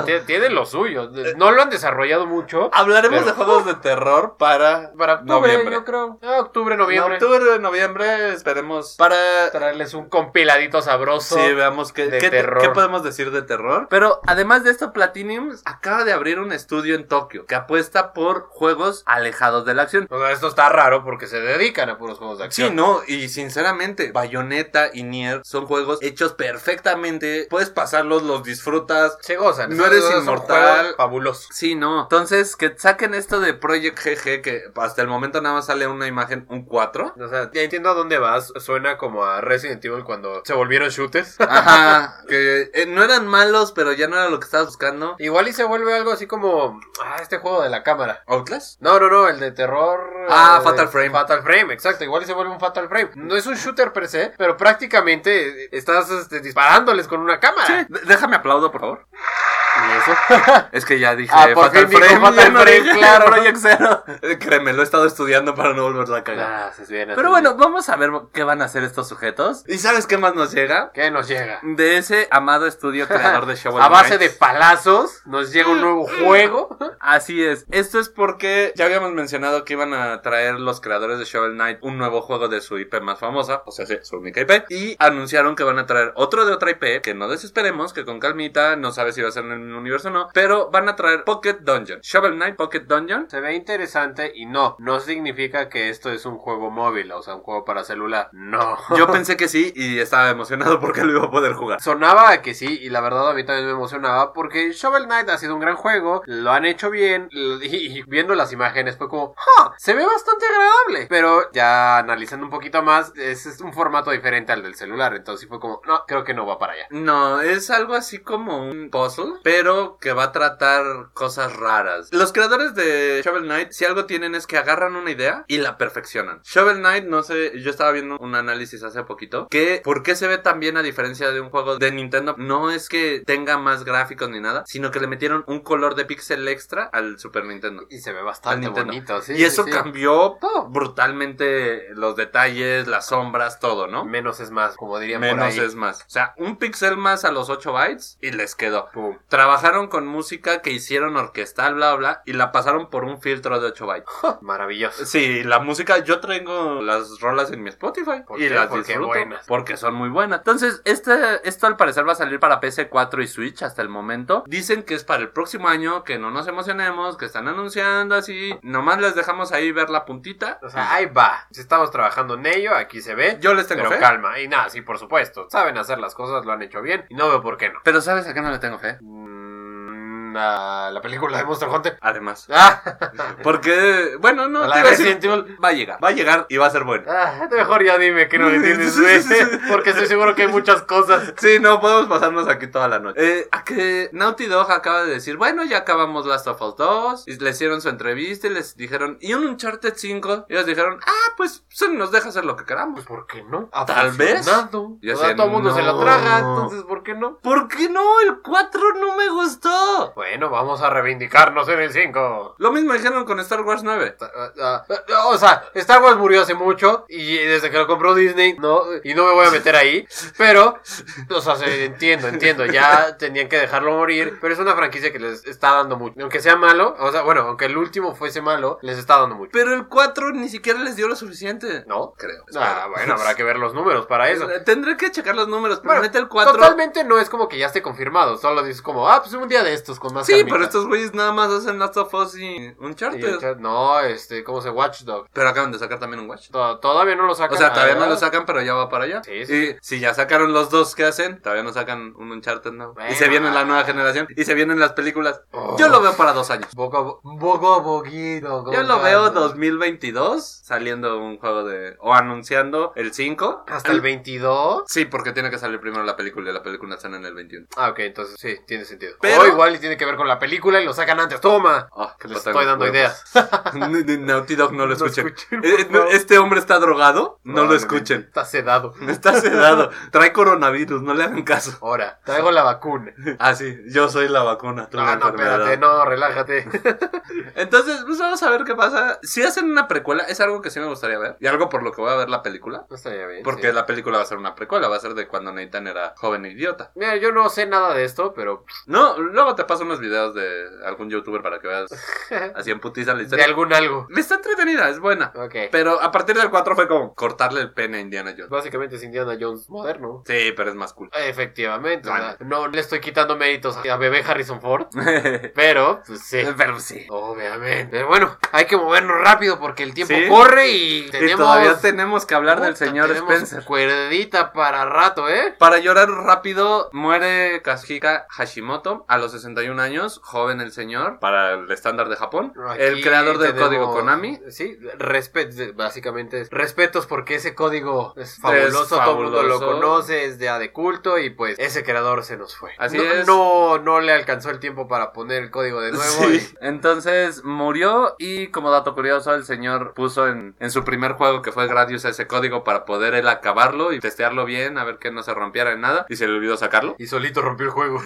uh,
Tiene tienen lo suyo. No lo han desarrollado mucho.
hablaremos
Pero- Uh.
de juegos de terror para,
Para octubre,
noviembre.
yo creo. Ah, octubre, noviembre.
Octubre, noviembre, esperemos para
Traerles un compiladito sabroso.
Sí, veamos qué,
de
qué-
terror.
qué podemos decir de terror. Pero además de esto, Platinum acaba de abrir un estudio en Tokio que apuesta por juegos alejados de la acción.
o sea, esto está raro porque se dedican a puros juegos de
Sí,
acción.
no, y sinceramente, Bayonetta y Nier son juegos hechos perfectamente. Puedes pasarlos, los disfrutas.
Se gozan.
No
Eso
eres
es un
inmortal.
juego Fabuloso.
Sí, no. Entonces, que saquen esto de Project GG, que hasta el momento nada más sale una imagen, un 4.
O sea, ya entiendo a dónde vas. Suena como a Resident Evil cuando se volvieron shooters.
Ajá, que eh, no eran malos, pero ya no era lo que estabas buscando.
Igual y se vuelve algo así como. Ah, este juego de la cámara.
¿Outlast?
No, no, no, el de terror. eh,
Ah, Fatal Frame.
Fatal Frame, exacto. Igual y se vuelve un Fatal Frame. No es un shooter per se, pero prácticamente eh, estás este, disparándoles con una
Sí,
cámara.
d- Ah, déjame aplaudo, por favor.
Y eso. pues,
Es que ya dije
Ah, por fin dijo Fatal
ya no
Frame,
dije
claro.
Project Zero. Eh, Créeme, lo he estado estudiando para no volverla a cagar.
Ah, haces bien, haces
Pero bueno, vamos a ver qué van a hacer estos sujetos. ¿Y sabes qué más nos llega?
bien. ¿qué nos llega?
De ese amado estudio creador de Shovel
a base de
Knight.
palazos nos llega
Mm,
un nuevo juego.
Así es. Esto es porque ya habíamos mencionado que iban a traer los creadores de Shovel Knight un nuevo juego de su IP más famosa, o sea, sí, su única IP, y anunciaron que van a traer otro de otra IP, que no desesperemos, que con calmita, no sabes si va a ser en el el universo no, pero van a traer Pocket Dungeon. Shovel Knight Pocket Dungeon.
Se ve interesante y no, no significa que esto es un juego móvil, o sea, un juego para celular. No.
Yo pensé que sí y estaba emocionado porque lo iba a poder jugar.
Sonaba a que sí, y la verdad a mí también me emocionaba porque Shovel Knight ha sido un gran juego, lo han hecho bien, y, y viendo las imágenes fue como, ¡ah! Se ve bastante agradable, pero ya analizando un poquito más, es, es un formato diferente al del celular, entonces fue como, no, creo que no va para allá.
No, es algo así como un puzzle, pero que va a tratar cosas raras. Los creadores de Shovel Knight, si algo tienen es que agarran una idea y la perfeccionan. Shovel Knight, no sé, yo estaba viendo un análisis hace poquito, que por qué se ve tan bien a diferencia de un juego de Nintendo, no es que tenga más gráficos ni nada, sino que le metieron un color de pixel extra al Super Nintendo.
Y se ve bastante
Al Nintendo.
bonito, sí.
y eso
sí, sí.
cambió po, brutalmente los detalles, las sombras, todo, ¿no?
Menos es más, como dirían por
Menos
ahí.
es más. O sea, un pixel más a los 8 bytes y les quedó.
Pum.
Trabajaron con música que hicieron orquestal, bla, bla, y la pasaron por un filtro de 8 bytes.
Oh, Maravilloso.
Sí, la música, yo tengo las rolas en mi Spotify
¿Por
y
qué?
las
Porque
disfruto
buenas.
porque son muy buenas. Entonces, este, esto al parecer va a salir para PC4 y Switch hasta el momento. Dicen que es para el próximo año, que no nos emocionemos, que están anunciando así. Nomás les dejamos ahí ver la puntita.
O sea, ahí va. Si estamos trabajando en ello, aquí se ve.
Yo les tengo
pero
fe.
calma. Y nada, sí, por supuesto. Saben hacer las cosas, lo han hecho bien. Y no veo por qué no.
Pero ¿sabes a qué no le tengo fe?
Mm, a la película de Monster Hunter.
Además.
Ah,
Porque, bueno, no,
A la
te iba a
Resident
decir, va a llegar. Va a llegar y va a ser bueno.
ah, mejor ya dime que no le tienes fe. Porque estoy seguro que hay muchas cosas.
Sí, no, podemos pasarnos aquí toda la noche. Eh, a que Naughty Dog acaba de decir, bueno, ya acabamos Last of Us 2. Y le hicieron su entrevista y les dijeron, ¿y un Uncharted 5? Y ellos dijeron, ah, pues se nos deja hacer lo que queramos.
Pues, ¿por qué no?
Tal vez.
funcionado.
Yo
O sea,
decía,
todo el mundo se la
no.
traga, entonces, ¿por qué no?
¿Por qué no? El 4 no me gustó.
Bueno, vamos a reivindicarnos en el 5.
Lo mismo dijeron con Star Wars 9.
Ah, ah, ah, O sea, Star Wars murió hace mucho y desde que lo compró Disney, no, y no me voy a meter ahí, pero, o sea, se- entiendo, entiendo, ya tenían que dejarlo morir, pero es una franquicia que les está dando mucho. Aunque sea malo, o sea, bueno, aunque el último fuese malo, les está dando mucho.
Pero el 4 ni siquiera les dio lo suficiente.
¿No?
creo.
Ah, bueno, habrá que ver los números para eso.
Eh, Tendré que checar los números, pero
Bueno,
neta el 4...
Totalmente no es como que ya esté confirmado, solo dices como, ah, pues un día de estos con más
Sí,
calmita.
pero estos güeyes nada más hacen Last of Us y
Y
Uncharted.
el chat- No, este, ¿cómo se Watchdog?
Pero acaban de sacar también un Watch.
Todavía no lo sacan.
O sea, todavía no
Ah,
lo sacan, pero ya va para allá.
Sí, sí.
Y si ya sacaron los dos que hacen, todavía no sacan un Uncharted nuevo.
Bueno.
Y se viene la nueva generación. Y se vienen las películas.
Oh.
Yo lo veo para dos años.
Poco a po- poco a poquito. con
Yo lo veo
calma.
2022 saliendo un juego de... O anunciando el 5.
Hasta el 22.
Sí, porque tiene que salir primero la película y la película sale en el 21.
Ah, ok, entonces sí, tiene sentido.
Pero-
o igual y tiene que ver con la película y lo sacan antes. ¡Toma!
Oh, qué
Les
patada
estoy
en los
dando ideas.
huevos. N- n- Naughty Dog no lo escuchen.
escuchen,
Eh,
por
no,
favor.
este hombre está drogado, no lo escuchen.
Está sedado.
Está sedado, trae coronavirus, no le hagan caso.
Ahora, traigo la vacuna.
Ah, sí, yo soy la vacuna, tú la
Ah, No, no,
enfermedad.
espérate, no, relájate.
Entonces, pues vamos a ver qué pasa. Si hacen una precuela, es algo que sí me gustaría ver. Y algo por lo que voy a ver la película.
No estaría bien.
Porque
sí.
la película va a ser una precuela, va a ser de cuando Nathan era joven e idiota.
Mira, yo no sé nada de esto, pero
No, luego te paso unos videos de algún youtuber para que veas así en putiza la
de
historia.
algún algo.
Está entretenida, es buena.
Ok.
Pero a partir del 4 fue como cortarle el pene a Indiana Jones.
Básicamente es Indiana Jones moderno.
Sí, pero es más cool.
Efectivamente. o
Bueno.
sea, No le estoy quitando méritos a bebé Harrison Ford, pero pues sí.
pero sí.
Obviamente. Pero bueno, hay que movernos rápido porque el tiempo
Sí.
corre y tenemos.
Y todavía tenemos que hablar del
Puta,
señor
tenemos
Spencer.
Cuerdita para rato, ¿eh?
Para llorar rápido, muere Kashika Hashimoto a los 61 años, joven el señor, para el estándar de Japón,
Aquí
el creador del
tenemos-
código Konami.
Sí, respetos, básicamente es respetos porque ese código es fabuloso, todo el mundo lo
fabuloso.
conoce, es de, de culto y pues ese creador se nos fue.
Así
no,
es.
No, no le alcanzó el tiempo para poner el código de nuevo.
Sí. Entonces murió y como dato curioso el señor puso en, en su primer juego que fue Gradius ese código para poder él acabarlo y testearlo bien a ver que no se rompiera en nada y se le olvidó sacarlo.
Y, y solito rompió el juego.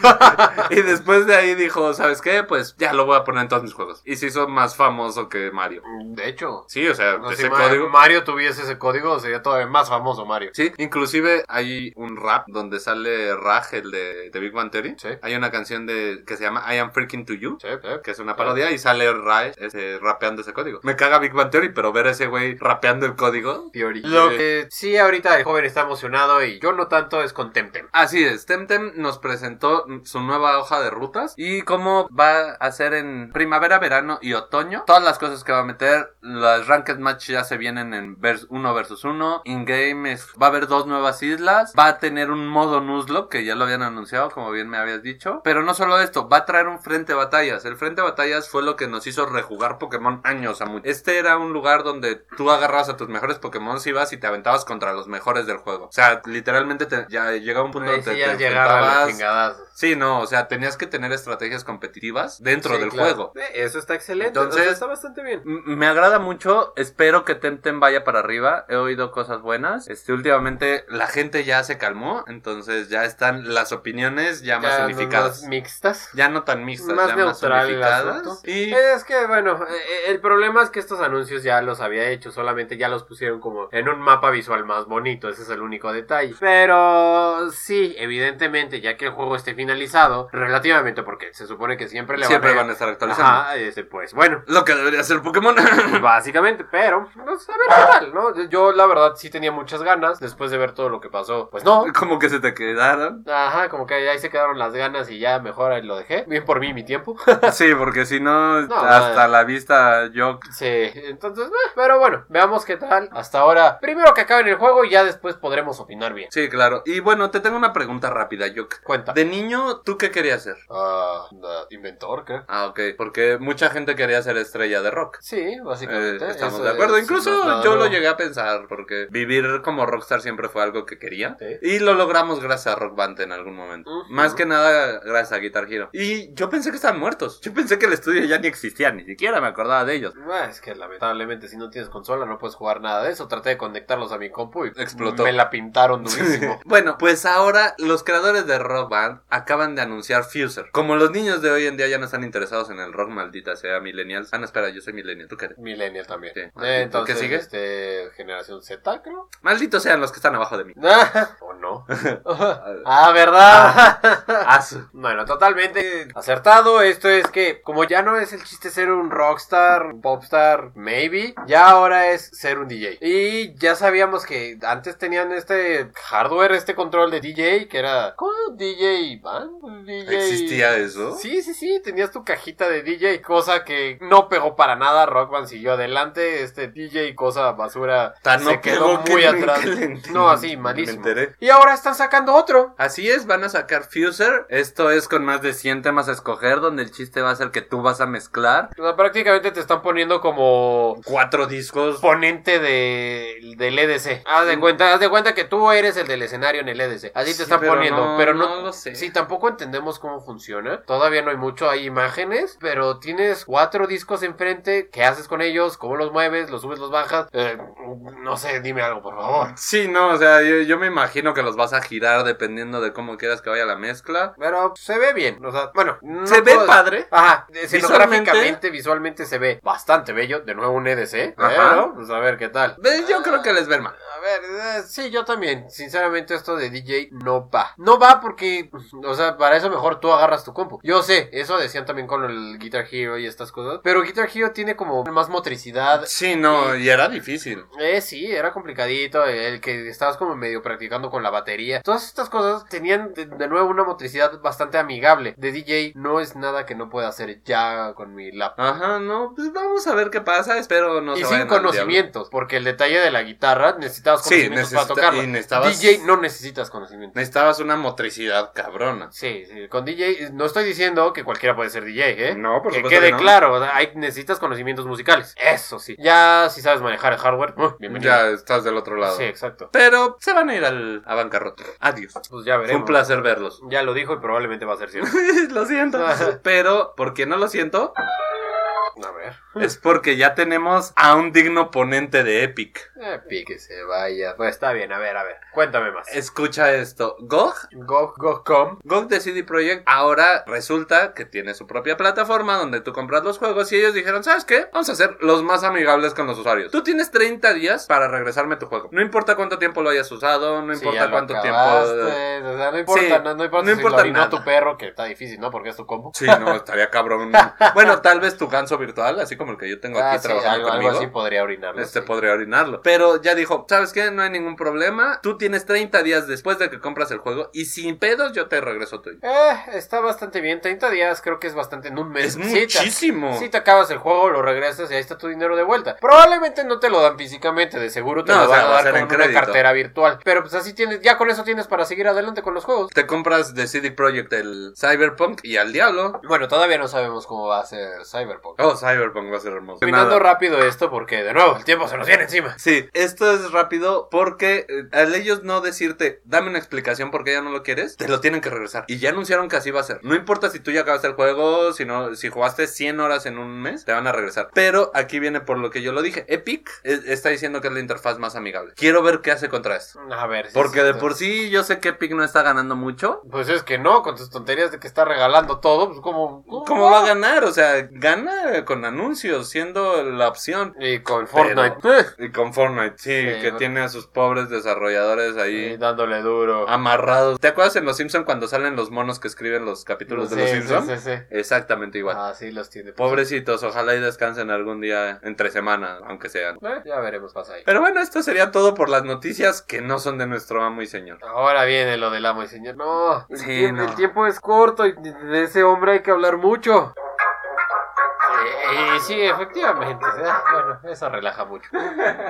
Y después de ahí dijo, ¿sabes qué? Pues ya lo voy a poner en todos mis juegos. Y se hizo más famoso que Mario.
de hecho,
Sí, o sea,
no, si
ese
Ma-
código...
Mario tuviese ese código sería todavía más famoso Mario.
Sí, inclusive hay un rap donde sale Raj, el de, de Big Bang Theory.
Sí.
Hay una canción de, que se llama I Am Freaking To You,
Sí, sí.
que es una parodia, y sale Raj ese, rapeando ese código. Me caga Big Bang Theory, pero ver a ese güey rapeando el código...
Lo que Eh, sí ahorita el joven está emocionado y yo no tanto es con Temtem.
Así es, Temtem nos presentó su nueva hoja de rutas y y cómo va a ser en primavera, verano y otoño. Todas las cosas que va a meter, las ranked match ya se vienen en 1 versus 1. In-game va a haber dos nuevas islas, va a tener un modo Nuzlocke que ya lo habían anunciado, como bien me habías dicho. Pero no solo esto, va a traer un frente de batallas. El frente de batallas fue lo que nos hizo rejugar Pokémon años a mucho. Este era un lugar donde tú agarrabas a tus mejores Pokémon, ibas y te aventabas contra los mejores del juego. O sea, literalmente te, ya llegaba un punto
Ahí
donde
sí
te,
ya
te
llegaba a los
enfrentabas-
chingadazos.
Sí, no, o sea, tenías que tener estrategias competitivas dentro
Sí,
del
claro.
juego.
Eh, Eso está excelente.
Entonces-
o sea, está bastante bien.
M- Me agrada mucho, espero que Temtem vaya para arriba, he oído cosas buenas. Este, últimamente la gente ya se calmó, entonces ya están las opiniones ya, más
Ya,
unificadas.
más mixtas.
ya no tan mixtas,
más
ya
neutral
más
el
unificadas.
asunto.
Y
Es que, bueno, eh, el problema es que estos anuncios ya los había hecho, solamente ya los pusieron como en un mapa visual más bonito, ese es el único detalle. Pero sí, evidentemente, ya que el juego esté finalizado, relativamente, porque se supone que siempre le
siempre
van
van a estar actualizando.
Ajá, este, pues bueno.
Lo que debería ser Pokémon.
Pues, Básicamente, pero, pues, a ver qué tal, ¿no? Yo, la verdad, sí tenía muchas ganas después de ver todo lo que pasó. Pues no,
Como que se te quedaron.
ajá, como que ahí se quedaron las ganas y ya mejor ahí lo dejé. Bien por mí, mi tiempo.
Sí, porque si no,
No,
hasta
madre.
la vista yo
Sí, entonces, eh, pero bueno, veamos qué tal. Hasta ahora, primero que acaben el juego y ya después podremos opinar bien.
Sí, claro. Y bueno, te tengo una pregunta rápida, Yok.
Cuenta.
De niño, ¿tú qué querías ser?
Ah, na- inventor, ¿qué?
Ah, ok. Porque mucha gente quería ser estrella de rock.
Sí,
Eh,
básicamente.
estamos
eso
de acuerdo.
es-
Incluso
no es nada
yo lo
nuevo.
llegué a pensar porque vivir como rockstar siempre fue algo que quería.
Sí.
Y lo logramos gracias a Rock Band en algún momento.
Ujú.
Más que nada gracias a Guitar Hero. Y yo pensé que estaban muertos. Yo pensé que el estudio ya ni existía, ni siquiera me acordaba de ellos.
Ah, es que lamentablemente si no tienes consola no puedes jugar nada de eso. Traté de conectarlos a mi compu y
Explotó.
me la pintaron durísimo.
Bueno, pues ahora los creadores de Rock Band acaban de anunciar Fuser. Como los niños de hoy en día ya no están interesados en el rock, maldita sea, millennials. Ah, no, espera, yo soy millennial, tú qué eres.
Millennial también.
Sí.
Eh, entonces,
¿Qué sigue?
este, generación Z, creo.
Malditos sean los que están abajo de mí.
¿O no? ah, ¿verdad?
Asu.
Bueno, totalmente acertado. Esto es que, como ya no es el chiste ser un rockstar, un popstar, maybe, ya ahora es ser un DJ. Y ya sabíamos que antes tenían este hardware, este control de DJ, que era. ¿Cómo? DJ Band? DJ.
¿Existía eso?
Sí, sí, sí, tenías tu cajita de DJ, cosa que no pegó para nada. Rockman siguió adelante. Este DJ, cosa basura,
Tan
se
no
quedó
pegó que
muy
nunca
atrás.
le entendí.
No, así,
Me
malísimo.
enteré.
Y ahora están sacando otro.
Así es, van a sacar Fuser. Esto es con más de 100 temas a escoger, donde el chiste va a ser que tú vas a mezclar
O sea, prácticamente te están poniendo como
cuatro discos.
ponente de, del EDC. Haz de cuenta, haz de cuenta que tú eres el del escenario en el EDC. Así
Sí,
te están
pero
poniendo,
no-
pero no,
no lo sé.
Sí, tampoco entendemos cómo funciona. Todavía no hay mucho, hay imágenes, pero tienes cuatro discos enfrente. ¿Qué haces con ellos? ¿Cómo los mueves? ¿Los subes, los bajas? Eh, no sé, dime algo, por favor.
Sí, no, o sea, yo, yo me imagino que los vas a girar dependiendo de cómo quieras que vaya la mezcla.
Pero pues, se ve bien, o sea, bueno, no
Se ve
puedo-
padre.
Ajá,
Visualmente-
escenográficamente, visualmente se ve bastante bello. De nuevo un EDC,
Ajá.
pero pues a ver qué tal.
Ve, Yo creo que les ver mal.
A ver, eh, sí, yo también. Sinceramente, esto de DJ no va. No va porque, pues, o sea, para eso mejor tú agarras tu compu. Yo sé, eso decían también con el Guitar Hero y estas cosas. Pero Guitar Hero tiene como más motricidad.
Sí, no, y era difícil.
Eh, sí, era complicadito. El que estabas como medio practicando con la batería. Todas estas cosas tenían de, de nuevo una motricidad bastante amigable. De DJ no es nada que no pueda hacer ya con mi laptop.
Ajá, no, pues vamos a ver qué pasa, espero no
y
se
sin
vayan al diablo.
conocimientos, porque el detalle de la guitarra necesitabas
Sí,
conocimientos
necesita-
para
y
tocarla.
necesitabas-
DJ no necesitas conocimientos.
Necesitabas una motricidad cabrona.
Sí, sí, con DJ no estoy diciendo que cualquiera puede ser DJ, ¿eh?
No, por
que
supuesto
quede
que no.
claro, o sea, hay- necesitas conocimientos musicales. Eso sí. Ya si sabes manejar el hardware, uh, bienvenido.
Ya estás del otro lado.
sí, exacto.
Pero se van a ir al, a bancarrota. Adiós.
Pues ya
Fue
veremos.
un placer verlos.
Ya lo dijo y probablemente va a ser cierto.
lo siento. Pero, ¿por qué no lo siento?
a ver.
Es porque ya tenemos a un digno ponente de Epic.
Eh, píquese, vaya. Pues está bien, a ver, a ver. Cuéntame más.
Escucha esto. GOG.
Go, go, com.
GOG de CD Projekt ahora resulta que tiene su propia plataforma donde tú compras los juegos y ellos dijeron, ¿sabes qué? Vamos a ser los más amigables con los usuarios. Tú tienes 30 días para regresarme tu juego. No importa cuánto tiempo lo hayas usado, no
Si ya
importa
lo
cuánto tiempo...
acabaste, o sea, no importa,
Sí,
no, no importa
no
si lo
importa
orinó
nada.
tu perro, que está difícil, ¿no? Porque es tu combo.
Sí, no, estaría cabrón. Bueno, tal vez tu ganso virtual, así como el que yo tengo
Ah,
aquí
sí,
trabajando
algo, algo
conmigo.
así podría orinarlo.
Este
sí.
podría orinarlo. Pero ya dijo, ¿sabes qué? No hay ningún problema. Tú tienes 30 días después de que compras el juego y sin pedos yo te regreso tuyo.
Eh, está bastante bien. 30 días creo que es bastante en un mes.
Es
Pues Sí, te-
muchísimo.
Si te acabas el juego, lo regresas y ahí está tu dinero de vuelta. Probablemente no te lo dan físicamente, de seguro te
No,
lo
o
van
sea, va
a
a ser
dar
en
con una
crédito.
cartera virtual. Pero pues así tienes, ya con eso tienes para seguir adelante con los juegos.
Te compras de CD Projekt el Cyberpunk y al diablo.
Bueno, todavía no sabemos cómo va a ser Cyberpunk.
Oh, Cyberpunk va a ser hermoso.
Terminando
Nada.
rápido esto porque de nuevo el tiempo se nos viene encima.
Sí, esto es rápido porque eh, al ellos no decirte, dame una explicación por qué ya no lo quieres, te lo tienen que regresar. Y ya anunciaron que así va a ser. No importa si tú ya acabaste el juego, si, no, si jugaste 100 horas en un mes, te van a regresar. Pero aquí viene por lo que yo lo dije. Epic eh, está diciendo que es la interfaz más amigable. Quiero ver qué hace contra esto.
A ver. si
Porque
es
de
cierto.
por sí yo sé que Epic no está ganando mucho.
Pues es que no, con tus tonterías de que está regalando todo, pues como...
¿Cómo va a ganar? O sea, gana con anuncios, siendo la opción.
Y con Fortnite. Eh,
Y con Fortnite, sí, que
¿no?
tiene a sus pobres desarrolladores ahí.
y dándole duro.
Ah, amarrados. ¿Te acuerdas en Los Simpson cuando salen los monos que escriben los capítulos de Los
Sí,
Simpson?
sí, sí, sí.
Exactamente igual.
Ah, sí, los tiene.
Pobrecitos, ojalá y descansen algún día entre semana, aunque sean.
Eh, ya veremos pasa ahí.
Pero bueno, esto sería todo por las noticias que no son de nuestro amo y señor.
Ahora viene lo del amo y señor. No, el,
Sí,
tiemp-
no.
el tiempo es corto y de ese hombre hay que hablar mucho. Eh, sí, efectivamente. eh, Bueno, eso relaja mucho.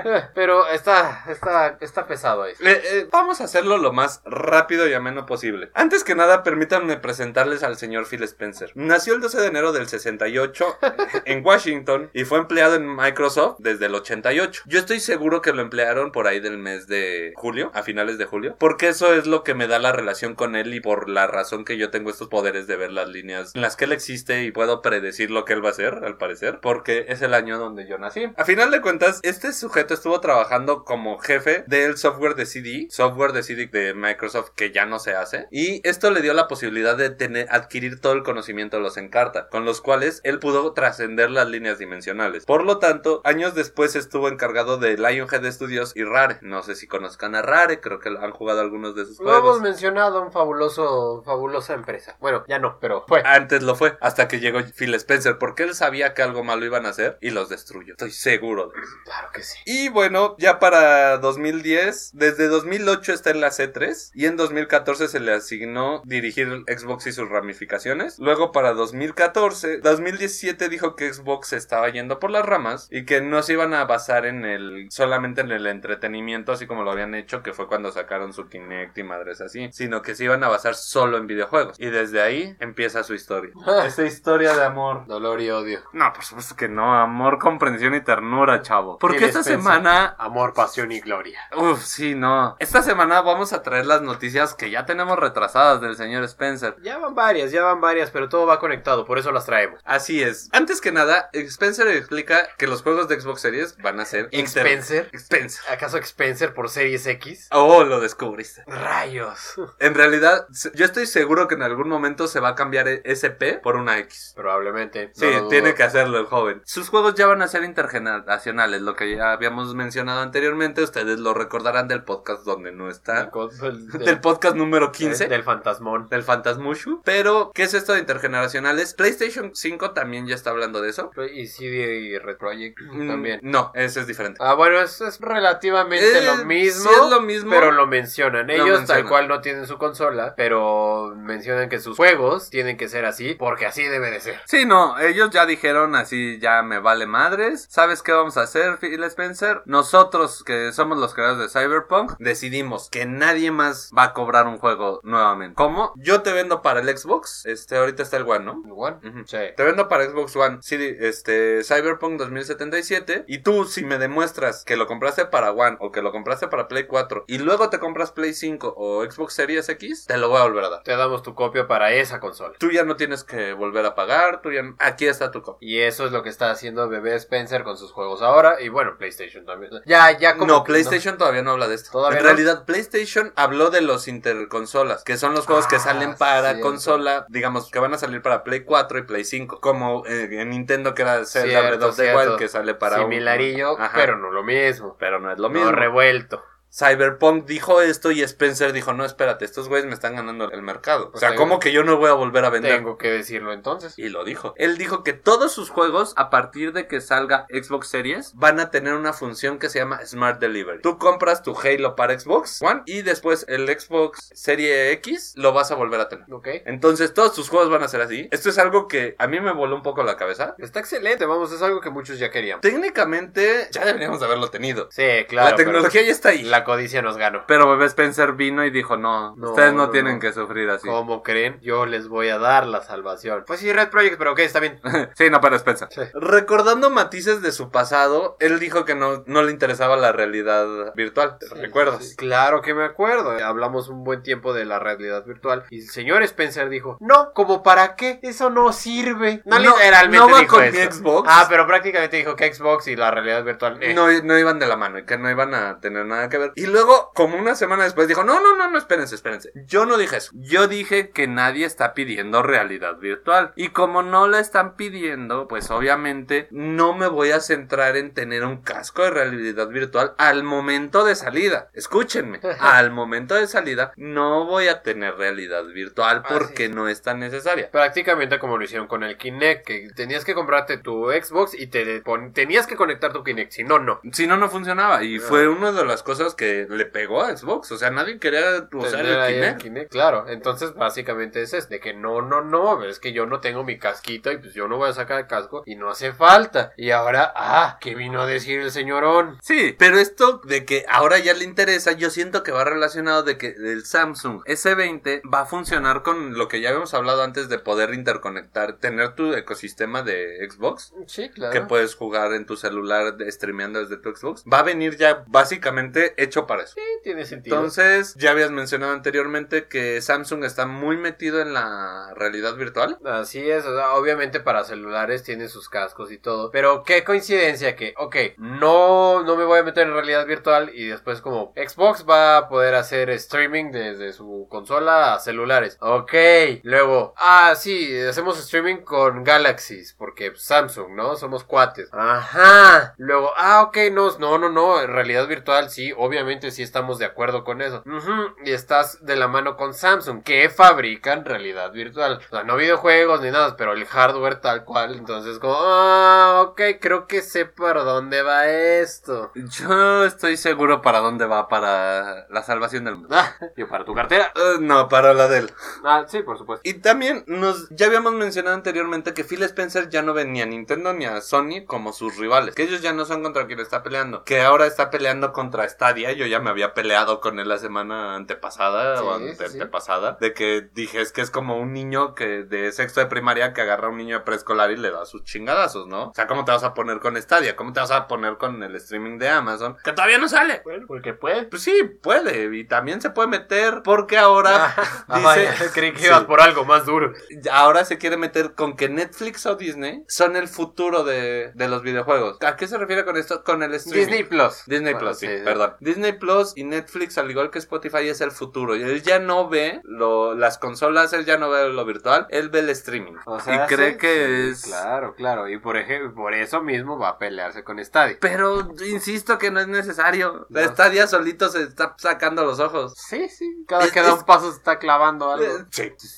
Eh, Pero está, está, está pesado eso.
Eh, eh, vamos a hacerlo lo más rápido y ameno posible. Antes que nada, permítanme presentarles al señor Phil Spencer. Nació el 12 de enero del 68 en Washington y fue empleado en Microsoft desde el 88. Yo estoy seguro que lo emplearon por ahí del mes de julio, a finales de julio, porque eso es lo que me da la relación con él y por la razón que yo tengo estos poderes de ver las líneas en las que él existe y puedo predecir lo que él va a hacer, al parecer, porque es el año donde yo nací. A final de cuentas, este sujeto estuvo trabajando como jefe del software de CD, software de CD de Microsoft que ya no se hace, y esto le dio la posibilidad de tener, adquirir todo el conocimiento de los Encarta, con los cuales él pudo trascender las líneas dimensionales. Por lo tanto, años después estuvo encargado de Lionhead Studios y Rare. No sé si conozcan a Rare, creo que han jugado algunos de sus
Lo hemos
juegos.
mencionado un fabuloso, fabulosa empresa. Bueno, ya no, pero fue.
Antes lo fue, hasta que llegó Phil Spencer, porque él sabía que algo malo iban a hacer y los destruyó. Estoy seguro de eso.
Claro que sí.
Y bueno, ya para 2010, desde 2008 está en la C3 y en 2014 se le asignó dirigir Xbox y sus ramificaciones. Luego para 2014, 2017 dijo que Xbox se estaba yendo por las ramas y que no se iban a basar en el solamente en el entretenimiento así como lo habían hecho, que fue cuando sacaron su Kinect y madres así, sino que se iban a basar solo en videojuegos. Y desde ahí empieza su historia.
Ah.
Esa historia de amor.
Dolor y odio.
No, por supuesto que no. Amor, comprensión y ternura, chavo. Porque
Phil
esta
Spencer.
semana
Amor, pasión y gloria.
Uf, sí, no. Esta semana vamos a traer las noticias que ya tenemos retrasadas del señor Spencer.
Ya van varias, ya van varias, pero todo va conectado, por eso las traemos.
Así es. Antes que nada, Spencer explica que los juegos de Xbox Series van a ser inter-
Spencer.
Spencer.
¿Acaso Spencer por Series X?
Oh, lo descubriste.
Rayos.
En realidad, se- yo estoy seguro que en algún momento se va a cambiar e- SP por una X.
Probablemente.
Sí,
no lo
tiene
dudo.
que hacerlo el joven. Sus juegos ya van a ser internacionales, lo que ya habíamos mencionado anteriormente. Ustedes lo recordarán del podcast donde no
El
está.
co- el-
Del podcast número 15.
del- Del fantasmón.
del Fantasmushu. Pero, ¿qué es esto de intergeneracionales? PlayStation 5 también ya está hablando de eso.
Y CD y Red Project también.
Mm, No, ese es diferente.
Ah, bueno, es, es relativamente
Eh,
lo mismo.
sí es lo mismo.
Pero lo mencionan.
Lo
Ellos tal
mencionan.
cual no tienen su consola, pero mencionan que sus juegos tienen que ser así, porque así debe de ser.
Sí, no, ellos ya dijeron así, ya me vale madres. ¿Sabes qué vamos a hacer, Phil Spencer? Nosotros, que somos los creadores de Cyberpunk, decidimos que nadie más va a cobrar un juego nuevamente. ¿Cómo? Yo te vendo para el Xbox. Este, ahorita está el One, ¿no?
Igual.
Ujú.
Sí.
Te vendo para Xbox One CD, este, Cyberpunk 2077 y tú si me demuestras que lo compraste para One o que lo compraste para Play 4 y luego te compras Play 5 o Xbox Series X, te lo voy a volver a dar.
Te damos tu copia para esa consola.
Tú ya no tienes que volver a pagar, tú ya no- aquí está tu copia.
Y eso es lo que está haciendo bebé Spencer con sus juegos ahora. Y bueno, PlayStation también. Ya, ya Ah, como.
No,
que no.
PlayStation todavía no habla de esto.
Todavía
en
no.
realidad, PlayStation habló de los interconsolas, que son los juegos
Ah,
que salen para
cierto.
consola, digamos, que van a salir para Play 4 y Play 5, como eh, en Nintendo que era Zelda
Cierto,
Breath of the
cierto.
Wild, que sale para un-
Similarillo,
Ajá.
pero no lo mismo.
pero no es lo
Lo
mismo.
revuelto.
Cyberpunk dijo esto y Spencer dijo, no, espérate, estos güeyes me están ganando el mercado.
Pues
o sea,
tengo-
¿cómo que yo no voy a volver a vender?
Tengo que decirlo entonces.
Y lo dijo. Él dijo que todos sus juegos, a partir de que salga Xbox Series, van a tener una función que se llama Smart Delivery. Tú compras tu Halo para Xbox One y después el Xbox Serie X lo vas a volver a tener.
Ok.
Entonces todos tus juegos van a ser así. Esto es algo que a mí me voló un poco la cabeza.
Está excelente, vamos, es algo que muchos ya queríamos.
Técnicamente ya deberíamos haberlo tenido.
Sí, claro.
la
pero
tecnología ya está ahí.
La codicia nos ganó.
Pero Bebé Spencer vino y dijo, no,
No,
ustedes no,
no,
tienen
no.
que sufrir así.
¿Cómo creen? Yo les voy a dar la salvación. Pues sí, Red Project, pero ok, está bien.
Sí, no, pero Spencer.
Sí.
Recordando matices de su pasado, él dijo que no, no le interesaba la realidad virtual. ¿Te ¿Recuerdas?
Sí, Claro que me acuerdo. Hablamos un buen tiempo de la realidad virtual y el señor Spencer dijo, no, ¿como para qué? Eso no sirve. No, literalmente
no va
dijo
con
eso.
mi Xbox.
Ah, pero prácticamente dijo que Xbox y la realidad virtual... eh.
no, no iban de la mano y que no iban a tener nada que ver. Y luego, como una semana después, dijo, no, no, no, no, espérense, espérense. Yo no dije eso.
Yo dije que nadie está pidiendo realidad virtual. Y como no la están pidiendo, pues obviamente
No me voy a centrar en tener un casco de realidad virtual al momento de salida. Escúchenme, al momento de salida no voy a tener realidad virtual
Ah,
porque
sí.
no es tan necesaria.
Prácticamente como lo hicieron con el Kinect, que tenías que comprarte tu Xbox y te pon- tenías que conectar tu Kinect, si no, no.
Si no, no funcionaba. Y fue una de las cosas que le pegó a Xbox. O sea, nadie quería usar
Tener
el
ahí
Kinect.
Claro, entonces básicamente es este, de que no, no, no, es que yo no tengo mi casquito y pues yo no voy a sacar el casco y no hace falta. Y ahora, ah, ¿qué vino a decir el señorón?
Sí, pero esto de que ahora ya le interesa, yo siento que va relacionado de que el Samsung S20 va a funcionar con lo que ya habíamos hablado antes de poder interconectar, tener tu ecosistema de Xbox.
Sí, claro.
Que puedes jugar en tu celular de- streameando desde tu Xbox. Va a venir ya básicamente hecho para eso.
Sí, tiene sentido.
Entonces, ya habías mencionado anteriormente que Samsung está muy metido en la realidad virtual.
Así es, o sea, obviamente para celulares tiene sus cascos y todo, pero qué coincidencia que, ok, no, no me voy a meter en realidad virtual y después como Xbox va a poder hacer streaming desde su consola a celulares, ok, luego, ah, sí, hacemos streaming con Galaxies, porque Samsung, ¿no? Somos cuates, ajá, luego, ah, ok, no, no, no, no, en realidad virtual sí, obviamente sí estamos de acuerdo con eso, Ujú, y estás de la mano con Samsung, que fabrican realidad virtual, o sea, no videojuegos ni nada, pero el hardware tal cual, entonces como, ah, ok, creo que sé por dónde va esto.
Yo estoy seguro para dónde va para la salvación del mundo.
Ah, y para tu cartera.
Eh, no, para la del.
Ah, sí, por supuesto.
Y también nos ya habíamos mencionado anteriormente que Phil Spencer ya no ven ni a Nintendo ni a Sony como sus rivales, que ellos ya no son contra quien está peleando, que ahora está peleando contra Stadia, yo ya me había peleado con él la semana antepasada o
Sí, sí, sí.
antepasada, de que dije es que es como un niño que de sexto de primaria que agarra a un niño de preescolar y le da sus chingadazos, ¿no? O sea, ¿cómo te vas a poner con Stadia? ¿Cómo te vas a poner con el streaming de Amazon? Que todavía no sale.
Bueno, porque puede.
Pues sí, puede, y también se puede meter porque ahora
Ah,
Dice-
creí que
Sí.
ibas por algo más duro.
ahora se quiere meter con que Netflix o Disney son el futuro de, de los videojuegos. ¿A qué se refiere con esto? Con el streaming.
Disney Plus.
Disney
Bueno,
Plus, sí, perdón. Disney Plus y Netflix, al igual que Spotify, es el futuro. Y Él ya no ve lo, las consolas, él ya no ve lo virtual, él ve el streaming.
O sea,
Y cree
sí,
que
sí,
es-
Claro, claro. Y por ejemplo, por eso mismo va a pelearse con Stadia.
Pero insisto que no es necesario. La
No.
Stadia solito se está sacando los ojos.
Sí, sí. Cada
Es-
que da
es-
un paso se está clavando algo.
Eh, Sí,
Sí.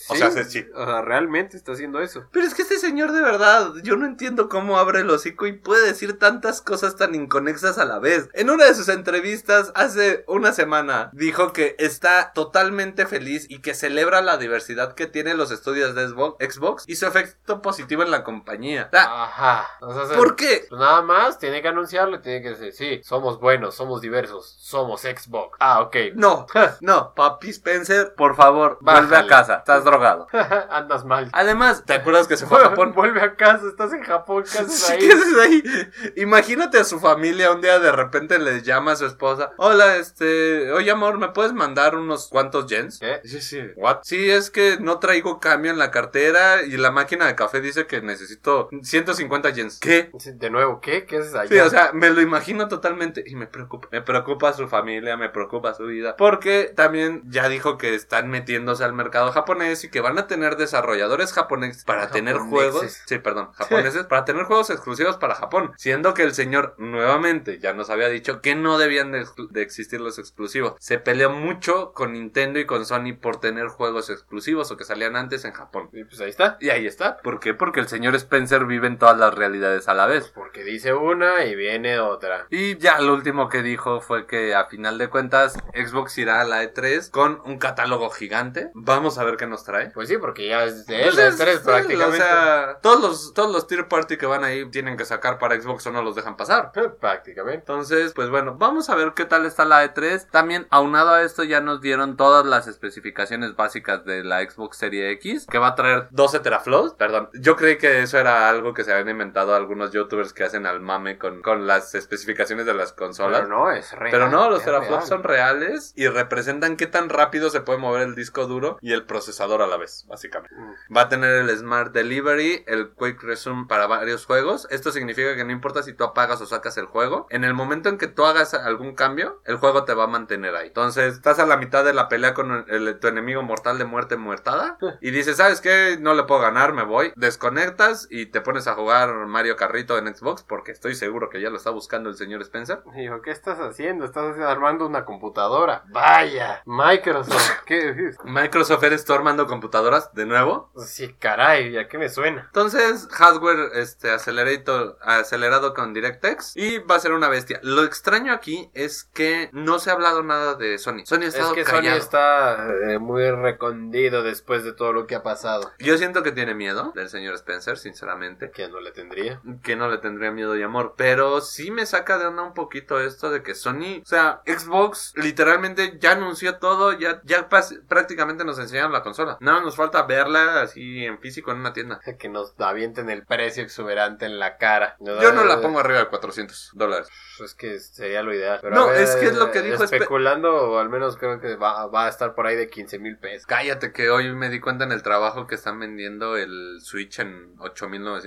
sí.
O sea, realmente está haciendo eso.
Pero es que este señor de verdad, yo no entiendo cómo abre el hocico y puede decir tantas cosas tan inconexas a la vez. En una de sus entrevistas hace una semana dijo que está totalmente feliz y que celebra la diversidad que tienen los estudios de Xbox- Xbox y su efecto positivo en la compañía. Ah, O
Ah.
sea,
Ajá. O sea, se-
¿Por qué?
Pues nada más, tiene que anunciarlo, tiene que decir, sí, somos buenos, somos diversos, somos Xbox. Ah, ok.
No, no, papi Spencer, por favor, vuelve a
Bájale.
casa, estás drogado.
Andas mal.
Además, ¿te acuerdas que se fue a Japón?
Vuelve a casa, estás en Japón, ¿qué haces
Sí,
ahí?
¿qué haces ahí? Imagínate a su familia un día de repente le llama a su esposa. Hola, este, oye amor, ¿me puedes mandar unos cuantos yens?
¿Qué?
Sí, sí. What? Sí, es que no traigo cambio en la cartera y la máquina de café dice que necesito 150 yens. ¿Qué?
Sí, De nuevo, ¿qué? ¿Qué haces allá?
Sí, o sea, me lo imagino totalmente y me preocupa. Me preocupa su familia, me preocupa su vida. Porque también ya dijo que están metiéndose al mercado japonés y que van a tener desarrolladores japoneses para tener
Japoneses.
juegos. Sí, perdón, japoneses para tener juegos exclusivos para Japón. Siendo que el señor nuevamente ya nos había dicho que no debían de, de existir los exclusivos. Se peleó mucho con Nintendo y con Sony por tener juegos exclusivos o que salían antes en Japón.
Y pues ahí está.
Y ahí está. ¿Por qué? Porque el señor Spencer vive en todas las realidades a la vez.
Porque dice una y viene otra.
Y ya lo último que dijo fue que a final de cuentas Xbox irá a la E3 con un catálogo gigante. Vamos a ver qué nos trae.
Pues sí, porque ya es de la E3 prácticamente.
O sea, todos los, todos los tier party que van ahí tienen que sacar para Xbox o no los dejan pasar.
prácticamente.
Entonces, pues bueno, vamos a ver qué tal está la E3. También, aunado a esto, ya nos dieron todas las especificaciones básicas de la Xbox Serie X, que va a traer 12 teraflops. Perdón, yo creí que eso era algo que se habían inventado algunos youtubers que hacen al mame con, con las especificaciones de las consolas.
Pero
Pero no,
no, es real.
los
es
teraflops
real.
son reales y representan qué tan rápido se puede mover el disco duro y el procesador a la vez, básicamente.
Mm.
Va a tener el Smart Delivery, el Quick Resume para varios juegos. Esto significa que no importa si tú apagas o sacas el juego, en el momento en que tú hagas algún cambio, el juego te va a mantener ahí. Entonces, estás a la mitad de la pelea con el- tu enemigo mortal de muerte muertada
Eh.
y dices, ¿sabes qué? No le puedo ganar, me voy. Desconectas y te pones a jugar Mario Carrito en Xbox porque estoy seguro que ya lo está buscando el señor Spencer.
Digo, ¿qué estás haciendo? Estás armando una computadora. Vaya, Microsoft. ¿Qué?
Microsoft eres tú armando computadoras de nuevo.
Pues Sí, caray, ¿a qué me suena?
Entonces, hardware este, acelerado, acelerado con DirectX y va a ser una bestia. Lo extraño aquí es que no se ha hablado nada de Sony. Sony ha
Es
estado
que Sony
callado.
está eh, muy recondido después de todo lo que ha pasado.
Yo siento que tiene miedo del señor Spencer, sinceramente.
Que no le tendría.
Que no le tendría miedo y amor. Pero sí me saca de onda un poquito esto de que Sony, o sea, Xbox literalmente ya anunció todo, ya, ya pas- prácticamente nos enseñaron la consola. Nada más nos falta verla así en físico en una tienda.
Que nos avienten el precio exuberante en la cara. Pues
Yo no
Ah.
la pongo arriba de 400 dólares.
Es que sería lo ideal. Pero
No,
a
es que es lo que dijo Espe-
Especulando, o al menos creo que va, va a estar por ahí de 15 mil pesos.
Cállate que hoy me di cuenta en el trabajo que están vendiendo el Switch en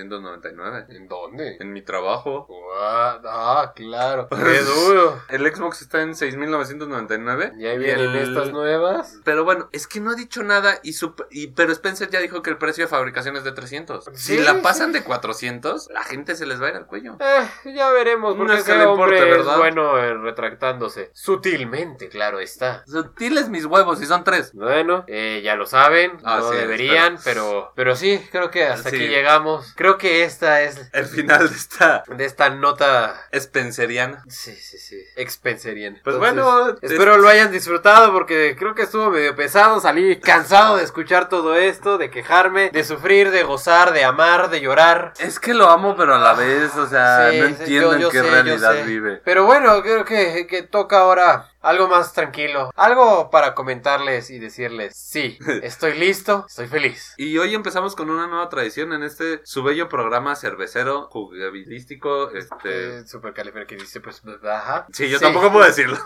8.999.
¿En dónde?
En mi trabajo.
What? Ah, claro. Qué duro.
El Xbox está en 6.999.
Y ahí
y
vienen
el-
estas nuevas.
Pero bueno, es que no ha dicho nada y, su- y- pero Spencer ya dijo que el precio de fabricación es de 300.
Sí,
si la pasan
sí.
de 400, la gente se les va a ir al cuello.
Eh, ya veremos,
No
porque
es que
ese
le importe,
hombre es
¿verdad?
bueno eh, retractándose. Sutilmente, claro está.
Sutiles mis huevos y son tres.
Bueno, eh, ya lo saben,
Ah,
no
sí,
deberían, pero pero sí, creo que hasta
Sí.
aquí llegamos. Creo que esta es
El final de esta
de esta nota
Spenceriana.
sí, sí, sí, expenserian.
Pues
Entonces,
bueno,
espero lo hayan disfrutado porque creo que estuvo medio pesado, salí cansado de escuchar todo esto, de quejarme, de sufrir, de gozar, de amar, de llorar.
Es que lo amo, pero a la vez, o sea,
Ah, Sí,
no
sí,
entiendo
yo- yo
en qué
sé, yo sé.
realidad vive.
Pero bueno, creo que, que toca ahora algo más tranquilo, algo para comentarles y decirles, sí, estoy listo, estoy feliz.
Y hoy empezamos con una nueva tradición en este su bello programa cervecero, jugabilístico, este...
Eh, Supercalifragilistic, pues, ajá.
Sí, yo tampoco puedo decirlo.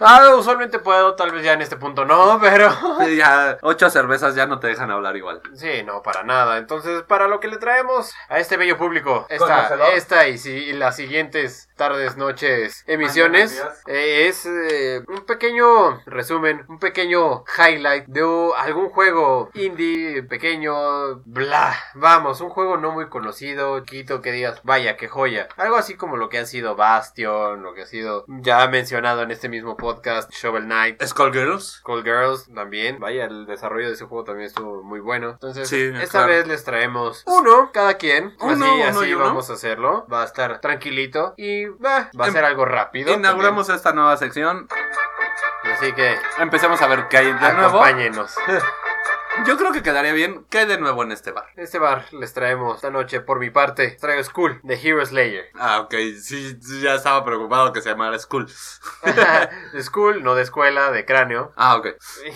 Ah, usualmente puedo, tal vez ya en este punto no, pero...
ya, ocho cervezas ya no te dejan hablar igual.
Sí, no, para nada. Entonces, para lo que le traemos a este bello público,
Conocedor.
esta, esta y, si, y las siguientes tardes, noches, emisiones,
Mañanas,
eh, es eh, un pequeño resumen, un pequeño highlight de uh, algún juego indie, pequeño, bla. Vamos, un juego no muy conocido, quito que digas, vaya, qué joya. Algo así como lo que ha sido Bastion, lo que ha sido ya mencionado en este mismo podcast, Shovel Knight.
Skullgirls.
Cold Girls también. Vaya, el desarrollo de ese juego también estuvo muy bueno. Entonces,
Sí,
esta
claro.
vez les traemos uno cada quien.
Uno,
así,
uno
así
y uno.
vamos a hacerlo. Va a estar tranquilito y bah, va a
Em-
ser algo rápido.
Inauguramos esta nueva sección.
también. Así que
Empecemos a ver qué hay de nuevo.
acompáñenos.
Yo creo que quedaría bien qué hay de nuevo en este bar.
Este bar les traemos esta noche por mi parte. Traigo School de Hero Slayer.
Ah, ok, sí, sí, ya estaba preocupado que se llamara Skull.
School, no de escuela, de cráneo.
Ah, ok.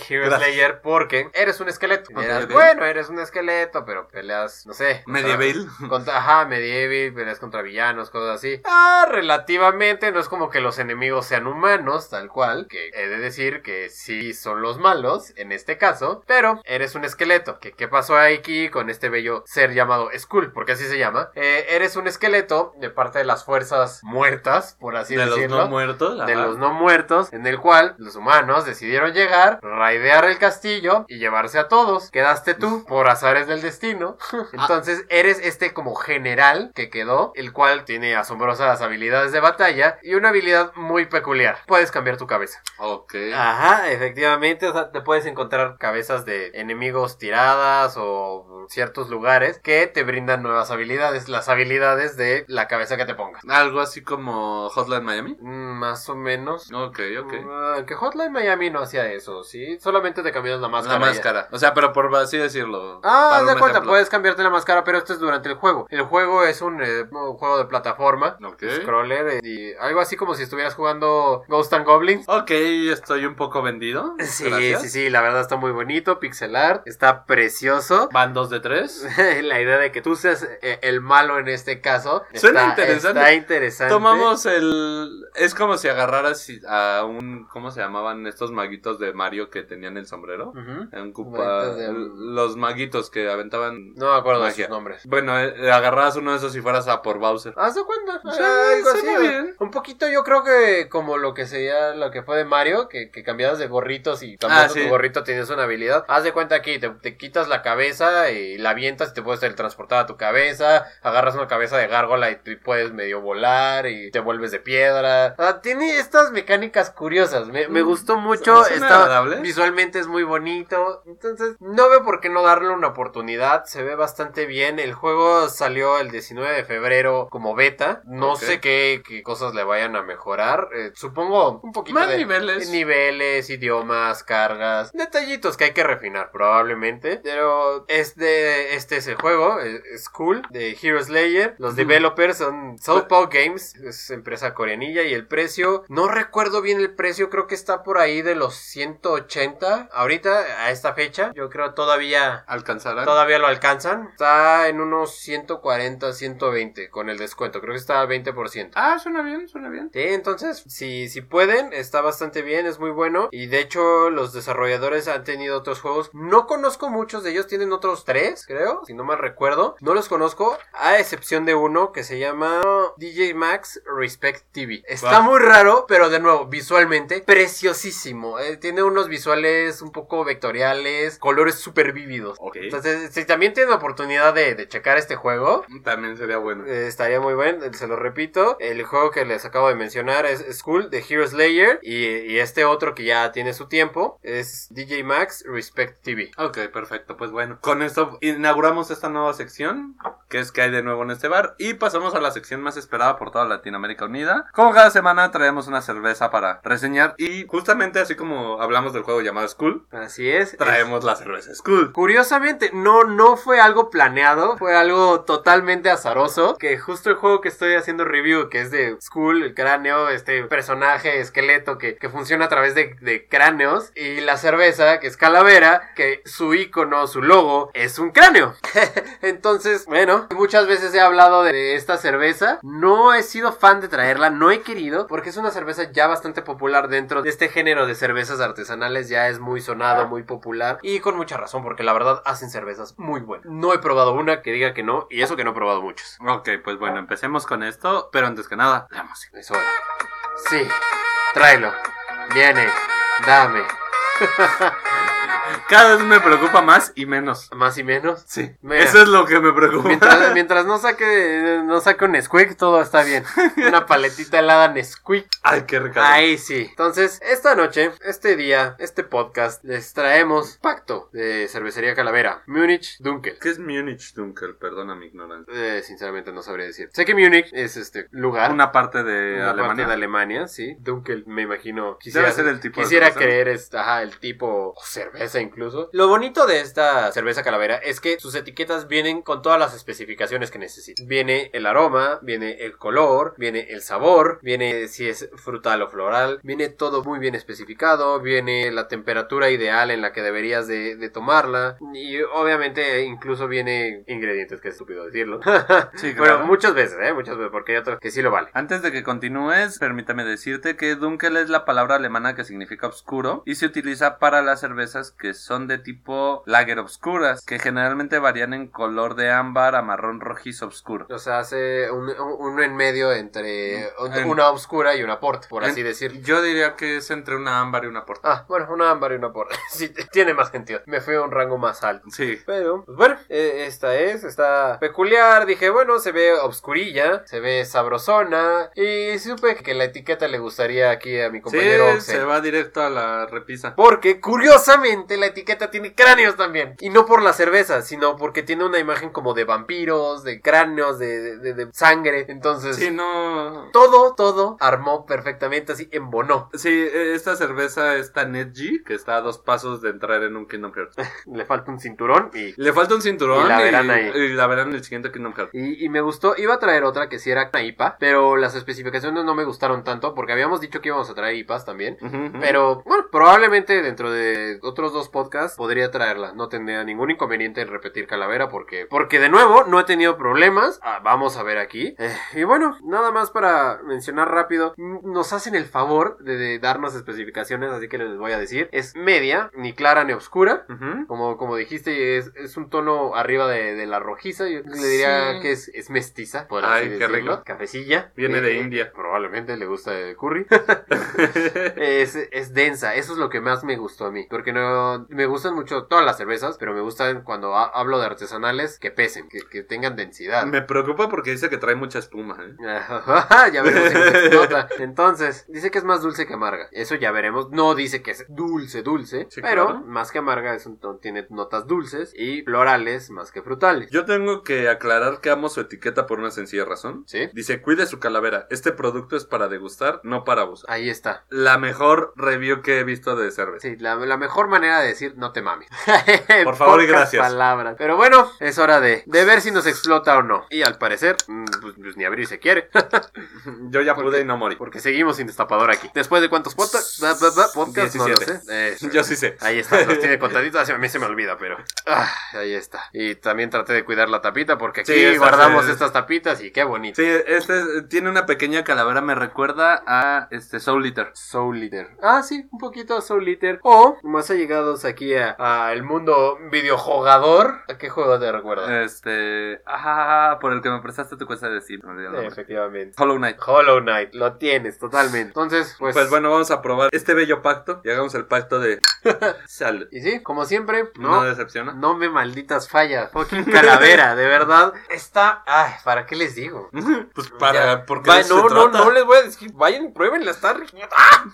Hero
Gracias.
Slayer porque eres un esqueleto.
Ok,
Eras-
ok.
bueno, eres un esqueleto, pero peleas, no sé.
Medieval.
Contra, ajá, medieval, peleas contra villanos, cosas así. Ah, relativamente, no es como que los enemigos sean humanos, tal cual, que he de decir que sí son los malos, en este caso, pero eres eres un esqueleto. ¿Qué, qué pasó aquí con este bello ser llamado Skull? Porque así se llama. Eh, eres un esqueleto de parte de las fuerzas muertas, por así
de los
decirlo.
no muertos.
de
ajá.
los no muertos, en el cual los humanos decidieron llegar, raidear el castillo y llevarse a todos. Quedaste tú por azares del destino. Entonces eres este como general que quedó, el cual tiene asombrosas habilidades de batalla y una habilidad muy peculiar. Puedes cambiar tu cabeza.
Ok.
Ajá, efectivamente, o sea, te puedes encontrar cabezas de enemigos tiradas o ciertos lugares que te brindan nuevas habilidades, las habilidades de la cabeza que te pongas.
Algo así como Hotline Miami.
Mm, Más o menos.
Ok, ok.
Ah, que Hotline Miami no hacía eso, ¿sí? Solamente te cambias la máscara.
la
y ya.
máscara. O sea, pero por así decirlo.
Ah,
para
haz de
un
cuenta,
ejemplo.
puedes cambiarte la máscara, pero esto es durante el juego. El juego es un, eh, un juego de plataforma,
Ok.
scroller, eh, y algo así como si estuvieras jugando Ghost and Goblins.
Ok, estoy un poco vendido.
Sí,
Gracias.
sí, sí, la verdad está muy bonito, pixel art, está precioso.
Van dos de tres.
la idea de que tú seas eh, el malo en este caso
Suena
está-
interesante.
Está interesante.
Tomamos el. Es como si agarraras a un. ¿Cómo se llamaban estos maguitos de Mario que tenían el sombrero?
Ujú.
Un cupa-
Maguitos Mm. de-
Los maguitos que aventaban.
No me acuerdo de
Magia.
sus nombres.
Bueno, eh, agarrabas uno de esos y fueras a por Bowser.
Haz de cuenta. eh,
Sí,
algo así,
suena
o-
bien.
Un poquito yo creo que como lo que sería lo que fue de Mario, que, que cambiabas de gorritos y cambiando
Ah, sí.
tu gorrito tienes una habilidad. Haz de cuenta aquí, te, te quitas la cabeza y la avientas y te puedes teletransportar a tu cabeza, agarras una cabeza de gárgola y, tú puedes medio volar y te vuelves de piedra. Ah, tiene estas mecánicas curiosas, me, me
Mm.
gustó mucho.
Suena
está-
agradable.
Visualmente es muy bonito. Entonces, no veo por qué no darle una oportunidad. Se ve bastante bien. El juego salió el 19 de febrero como beta. No
Ok.
sé qué, qué cosas le vayan a mejorar. Eh, supongo un poquito
Más
de
niveles.
niveles, idiomas, cargas, detallitos que hay que refinar probablemente. Pero es de, este es el juego, es, es cool, de Hero Slayer. Los developers son Southpaw Games, es empresa coreanilla y el precio, no recuerdo bien el precio, creo que está por ahí de los 180 ahorita a esta fecha. Yo creo todavía
Alcanzarán.
Todavía lo alcanzan. Está en unos 140, 120 con el descuento. Creo que está al 20%.
Ah, suena bien, suena bien.
Sí, entonces, si, si pueden, está bastante bien, es muy bueno. Y de hecho, los desarrolladores han tenido otros juegos. No conozco muchos de ellos, tienen otros tres, creo, si no mal recuerdo. No los conozco, a excepción de uno que se llama DJ Max Respect TV. Está
Wow.
muy raro, pero de nuevo, visualmente, preciosísimo. Eh, tiene unos visuales un poco vectoriales, colores súper vívidos.
Ok.
Entonces, si también tienen la oportunidad de, de checar este juego,
También sería bueno.
eh, estaría muy bueno, eh, se lo repito. El juego que les acabo de mencionar es School de Hero Slayer y, y este otro que ya tiene su tiempo es DJ Max Respect TV.
Ok, perfecto. Pues bueno, con esto inauguramos esta nueva sección, que es que hay de nuevo en este bar, y pasamos a la sección más esperada por toda Latinoamérica Unida. Como cada semana traemos una cerveza para reseñar, y justamente así como hablamos del juego llamado School,
Así es.
traemos la cerveza School.
Curiosamente, no, no fue algo planeado, fue algo totalmente azaroso. Que justo el juego que estoy haciendo review, que es de Skull, el cráneo, este personaje, esqueleto que, que funciona a través de, de cráneos, y la cerveza, que es calavera, que su icono, su logo, es un cráneo. Entonces, bueno, muchas veces he hablado de, de esta cerveza. No he sido fan de traerla, no he querido, porque es una cerveza ya bastante popular dentro de este género de cervezas artesanales. Ya es muy sonado, muy popular y con mucha razón, porque la verdad hacen cervezas muy buenas. No he probado una que diga que no, y eso que no he probado muchas.
Ok, pues bueno, empecemos con esto, pero antes que nada, la música.
Es hora. Sí, tráelo. Viene, dame.
Cada vez me preocupa más y menos.
Más y menos.
Sí,
Mira.
eso es lo que me preocupa.
Mientras, mientras no saque no saque un Nesquik, todo está bien. Una paletita helada Nesquik.
Ay, qué rico.
Ahí sí. Entonces, esta noche, este día, este podcast, les traemos Pacto de Cervecería Calavera, Múnich Dunkel.
¿Qué es Munich Dunkel? Perdona mi ignorancia.
Eh, sinceramente no sabría decir. Sé que Múnich es este lugar.
Una parte de
una parte
Alemania.
de Alemania, sí. Dunkel, me imagino. Quisiera,
Debe ser el tipo de
Quisiera
cerveza.
creer, es, ajá, el tipo o cerveza incluso. Lo bonito de esta cerveza calavera es que sus etiquetas vienen con todas las especificaciones que necesitas. Viene el aroma, viene el color, viene el sabor, viene si es frutal o floral, viene todo muy bien especificado, viene la temperatura ideal en la que deberías de, de tomarla y obviamente incluso viene ingredientes, que es estúpido decirlo.
Sí, claro.
bueno, muchas veces, ¿eh? Muchas veces, porque hay otros que sí lo vale.
Antes de que continúes, permítame decirte que Dunkel es la palabra alemana que significa oscuro y se utiliza para las cervezas que eh, son de tipo lager obscuras, que generalmente varían en color de ámbar a marrón rojizo oscuro.
O sea, hace un, uno en medio entre
Mm, En-
una oscura y una porta, por así
En-
decirlo.
Yo diría que es entre una ámbar y una porta.
Ah, bueno, una ámbar y una porta. Sí, tiene más sentido. Me fui a un rango más alto.
Sí.
Pero, pues bueno, eh, esta es, está peculiar. Dije, bueno, se ve obscurilla, se ve sabrosona. Y supe que la etiqueta le gustaría aquí a mi
Sí,
compañero Oxel.
se va directo a la repisa.
Porque curiosamente la etiqueta tiene cráneos también. Y no por la cerveza, sino porque tiene una imagen como de vampiros, de cráneos, de, de- de sangre. Entonces,
Sí, no.
todo, todo armó perfectamente, así embonó.
Sí, eh, esta cerveza es tan edgy que está a dos pasos de entrar en un Kingdom Hearts.
Le falta un cinturón y...
Le falta un cinturón
Y la verán ahí.
y la verán en el siguiente Kingdom Hearts.
Y, y me gustó, iba a traer otra que sí era una IPA, pero las especificaciones no me gustaron tanto porque habíamos dicho que íbamos a traer IPAs también. Pero bueno, probablemente dentro de otros dos podcasts podría traerla. No tendría ningún inconveniente en repetir Calavera porque, porque de nuevo no he tenido problemas. Ah, vamos a ver aquí. Eh, y bueno, nada más para mencionar rápido. n- Nos hacen el favor de, de darnos especificaciones, así que les voy a decir. Es media, ni clara ni oscura.
Ujú.
Como, como dijiste, es, es un tono arriba de, de la rojiza. Yo le diría
Sí.
que es, es mestiza, por
Ay,
así
qué
decirlo.
rico.
Cafecilla.
Viene de
Eh,
India.
Probablemente le gusta el curry. es, es densa, eso es lo que más me gustó a mí. Porque no me gustan mucho todas las cervezas, pero me gustan cuando ha- hablo de artesanales que pesen, que, que tengan densidad.
Me preocupa porque dice que trae mucha espuma. ¿eh?
ya veremos en qué explota. Entonces, dice que es más dulce que amarga. Eso ya veremos. No dice que es dulce, dulce.
Sí,
pero
claro.
más que amarga, es un ton- tiene notas dulces y florales más que frutales.
Yo tengo que aclarar que amo su etiqueta por una sencilla razón.
¿Sí?
Dice, cuide su calavera. Este producto es para degustar, no para abusar.
Ahí está.
La mejor review que he visto de cerveza.
Sí, la, la mejor manera de decir no te mames.
Por favor y
Pocas
gracias.
palabras. Pero bueno, es hora de, de ver si nos explota o no. Y al parecer, mm, pues, pues ni abrir se quiere.
Mm, Yo ya
¿Por
pude
qué?
y no morí.
Porque seguimos sin destapador aquí. Después de cuántos podcasts. Podcast, no lo sé.
17.
Eh,
Yo sí sé.
Ahí está, los tiene contaditos, a mí se me olvida, pero ah, ahí está. Y también traté de cuidar la tapita porque aquí
Sí, esa
guardamos
es-
estas tapitas y qué bonito.
Sí, este es- tiene una pequeña calavera, me recuerda a este Soul Eater.
Soul Eater. Ah, sí, un poquito Soul Eater. O más allegados aquí a- al mundo videojugador. ¿A qué juego te recuerda?
Este, ajá, por el que me prestaste tu cuesta de Steam. me olvidé el
Eh,
nombre.
efectivamente.
Hollow Knight.
Hollow Knight, lo tienes totalmente. Entonces, pues,
Pues, bueno, vamos a probar este bello pacto y hagamos el pacto de salud.
Y sí, como siempre,
¿No,
no,
decepciona?
no me malditas fallas. Fucking calavera, de verdad. Está, ay, ¿para qué les digo?
Pues
Ya.
para, porque
Va-
de eso
no,
se
no,
trata.
no les voy a decir. Vayan y pruébenla, está ri- ¡Ah!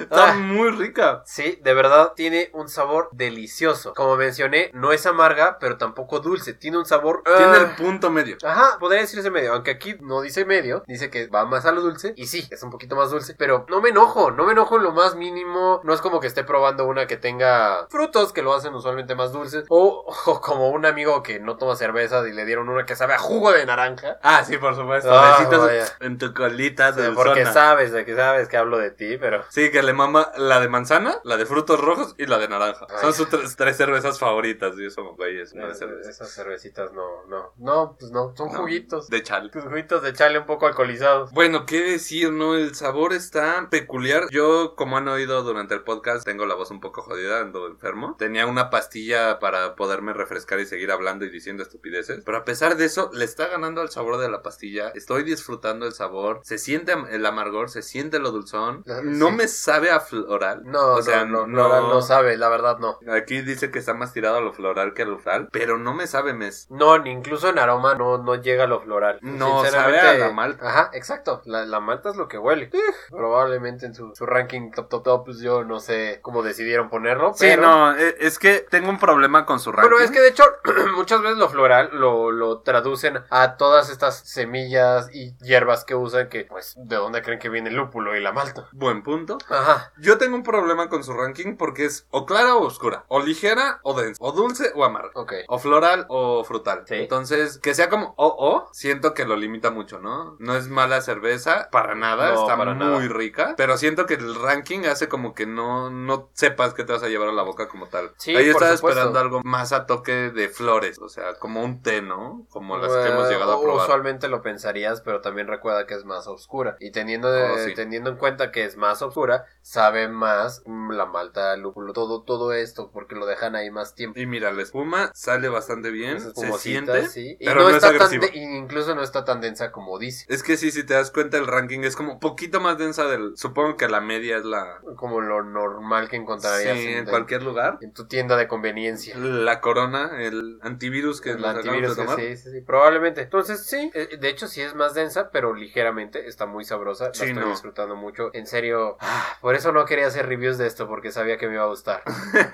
Está
Ah.
muy rica.
Sí, de verdad tiene un sabor delicioso. Como mencioné, no es amarga, pero tampoco dulce. Tiene un sabor.
Tiene el
ah,
punto medio.
Ajá, podría decirse medio, aunque aquí no dice medio, dice que va más a lo dulce, y sí, es un poquito más dulce, pero no me enojo, no me enojo en lo más mínimo, no es como que esté probando una que tenga frutos que lo hacen usualmente más dulces, o, o como un amigo que no toma cerveza y le dieron una que sabe a jugo de naranja.
Ah, sí, por supuesto.
Ah,
Besitos
vaya.
en tu colita de
Porque sabes, de que sabes que hablo de ti, pero...
Sí, que le mama la de manzana, la de frutos rojos y la de naranja.
Ay.
Son sus tres, tres cervezas favoritas. Y somos güeyes, no de cerveza.
Esas cervecitas no, no, no, pues no, son
Eh, No,
juguitos.
De chal.
Juguitos de chale un poco alcoholizados.
Bueno, qué decir, ¿no? El sabor está peculiar. Yo, como han oído durante el podcast, tengo la voz un poco jodida, ando enfermo. Tenía una pastilla para poderme refrescar y seguir hablando y diciendo estupideces. Pero a pesar de eso, le está ganando el sabor de la pastilla. Estoy disfrutando el sabor. Se siente am- el amargor, se siente lo dulzón.
Ah,
No
sí.
me sabe a floral.
No,
O sea,
no, no, no, no sabe, la verdad no.
Aquí dice que está más tirado a lo floral que a lo floral, pero no me sabe mes.
No, ni incluso en aroma no, no llega a lo floral.
No,
Sinceramente,
sabe a la malta.
Ajá, exacto. La, la malta es lo que huele. Eh, probablemente en su, su ranking top top top, pues yo no sé cómo decidieron ponerlo. pero...
no, e- es que tengo un problema con su
Bueno, es que de hecho muchas veces lo floral lo, lo traducen a todas estas semillas y hierbas que usan que, pues, ¿de dónde creen que viene el lúpulo y la malta?
Buen punto.
Ajá.
Yo tengo un problema con su ranking porque es o clara o oscura, o ligera o densa, o dulce o amarga.
Ok.
O floral o frutal.
Sí.
Entonces, que sea como o o, siento que lo limita mucho, ¿no? No es mala cerveza, para nada,
No,
está
para
muy
nada.
rica. Pero siento que el ranking hace como que no, no sepas qué te vas a llevar a la boca como tal.
Sí,
Ahí
por
estaba
supuesto.
esperando algo más a toque de flores, o sea, como un té, ¿no? Como las que hemos
Bueno,
llegado a probar.
Usualmente lo pensarías, pero también recuerda que es más oscura. Y teniendo,
Oh,
eh,
sí.
teniendo en cuenta que es más oscura, sabe más mm, la malta, el lúpulo, todo todo, todo esto, porque lo dejan ahí más tiempo.
Y mira, la espuma sale bastante bien,
Esas
se
espumositas,
siente.
sí. Y
pero
no,
no es
está tan
agresiva.
de- incluso no está tan densa como dice.
Es que sí, si te das cuenta, el ranking es como un poquito más densa del... Supongo que la media es la...
Como lo normal que
Sí,
encontrarías
en
en,
cualquier lugar.
en tu tienda de conveniencia.
La corona, el antivirus que
El
nos acabamos de
antivirus,
tomar.
sí, sí, sí, probablemente. Entonces, sí, eh, de hecho sí es más densa, pero ligeramente, está muy sabrosa, la
Sí,
estoy
no.
disfrutando mucho. En serio, ah, por eso no quería hacer reviews de esto, porque sabía que me iba a gustar.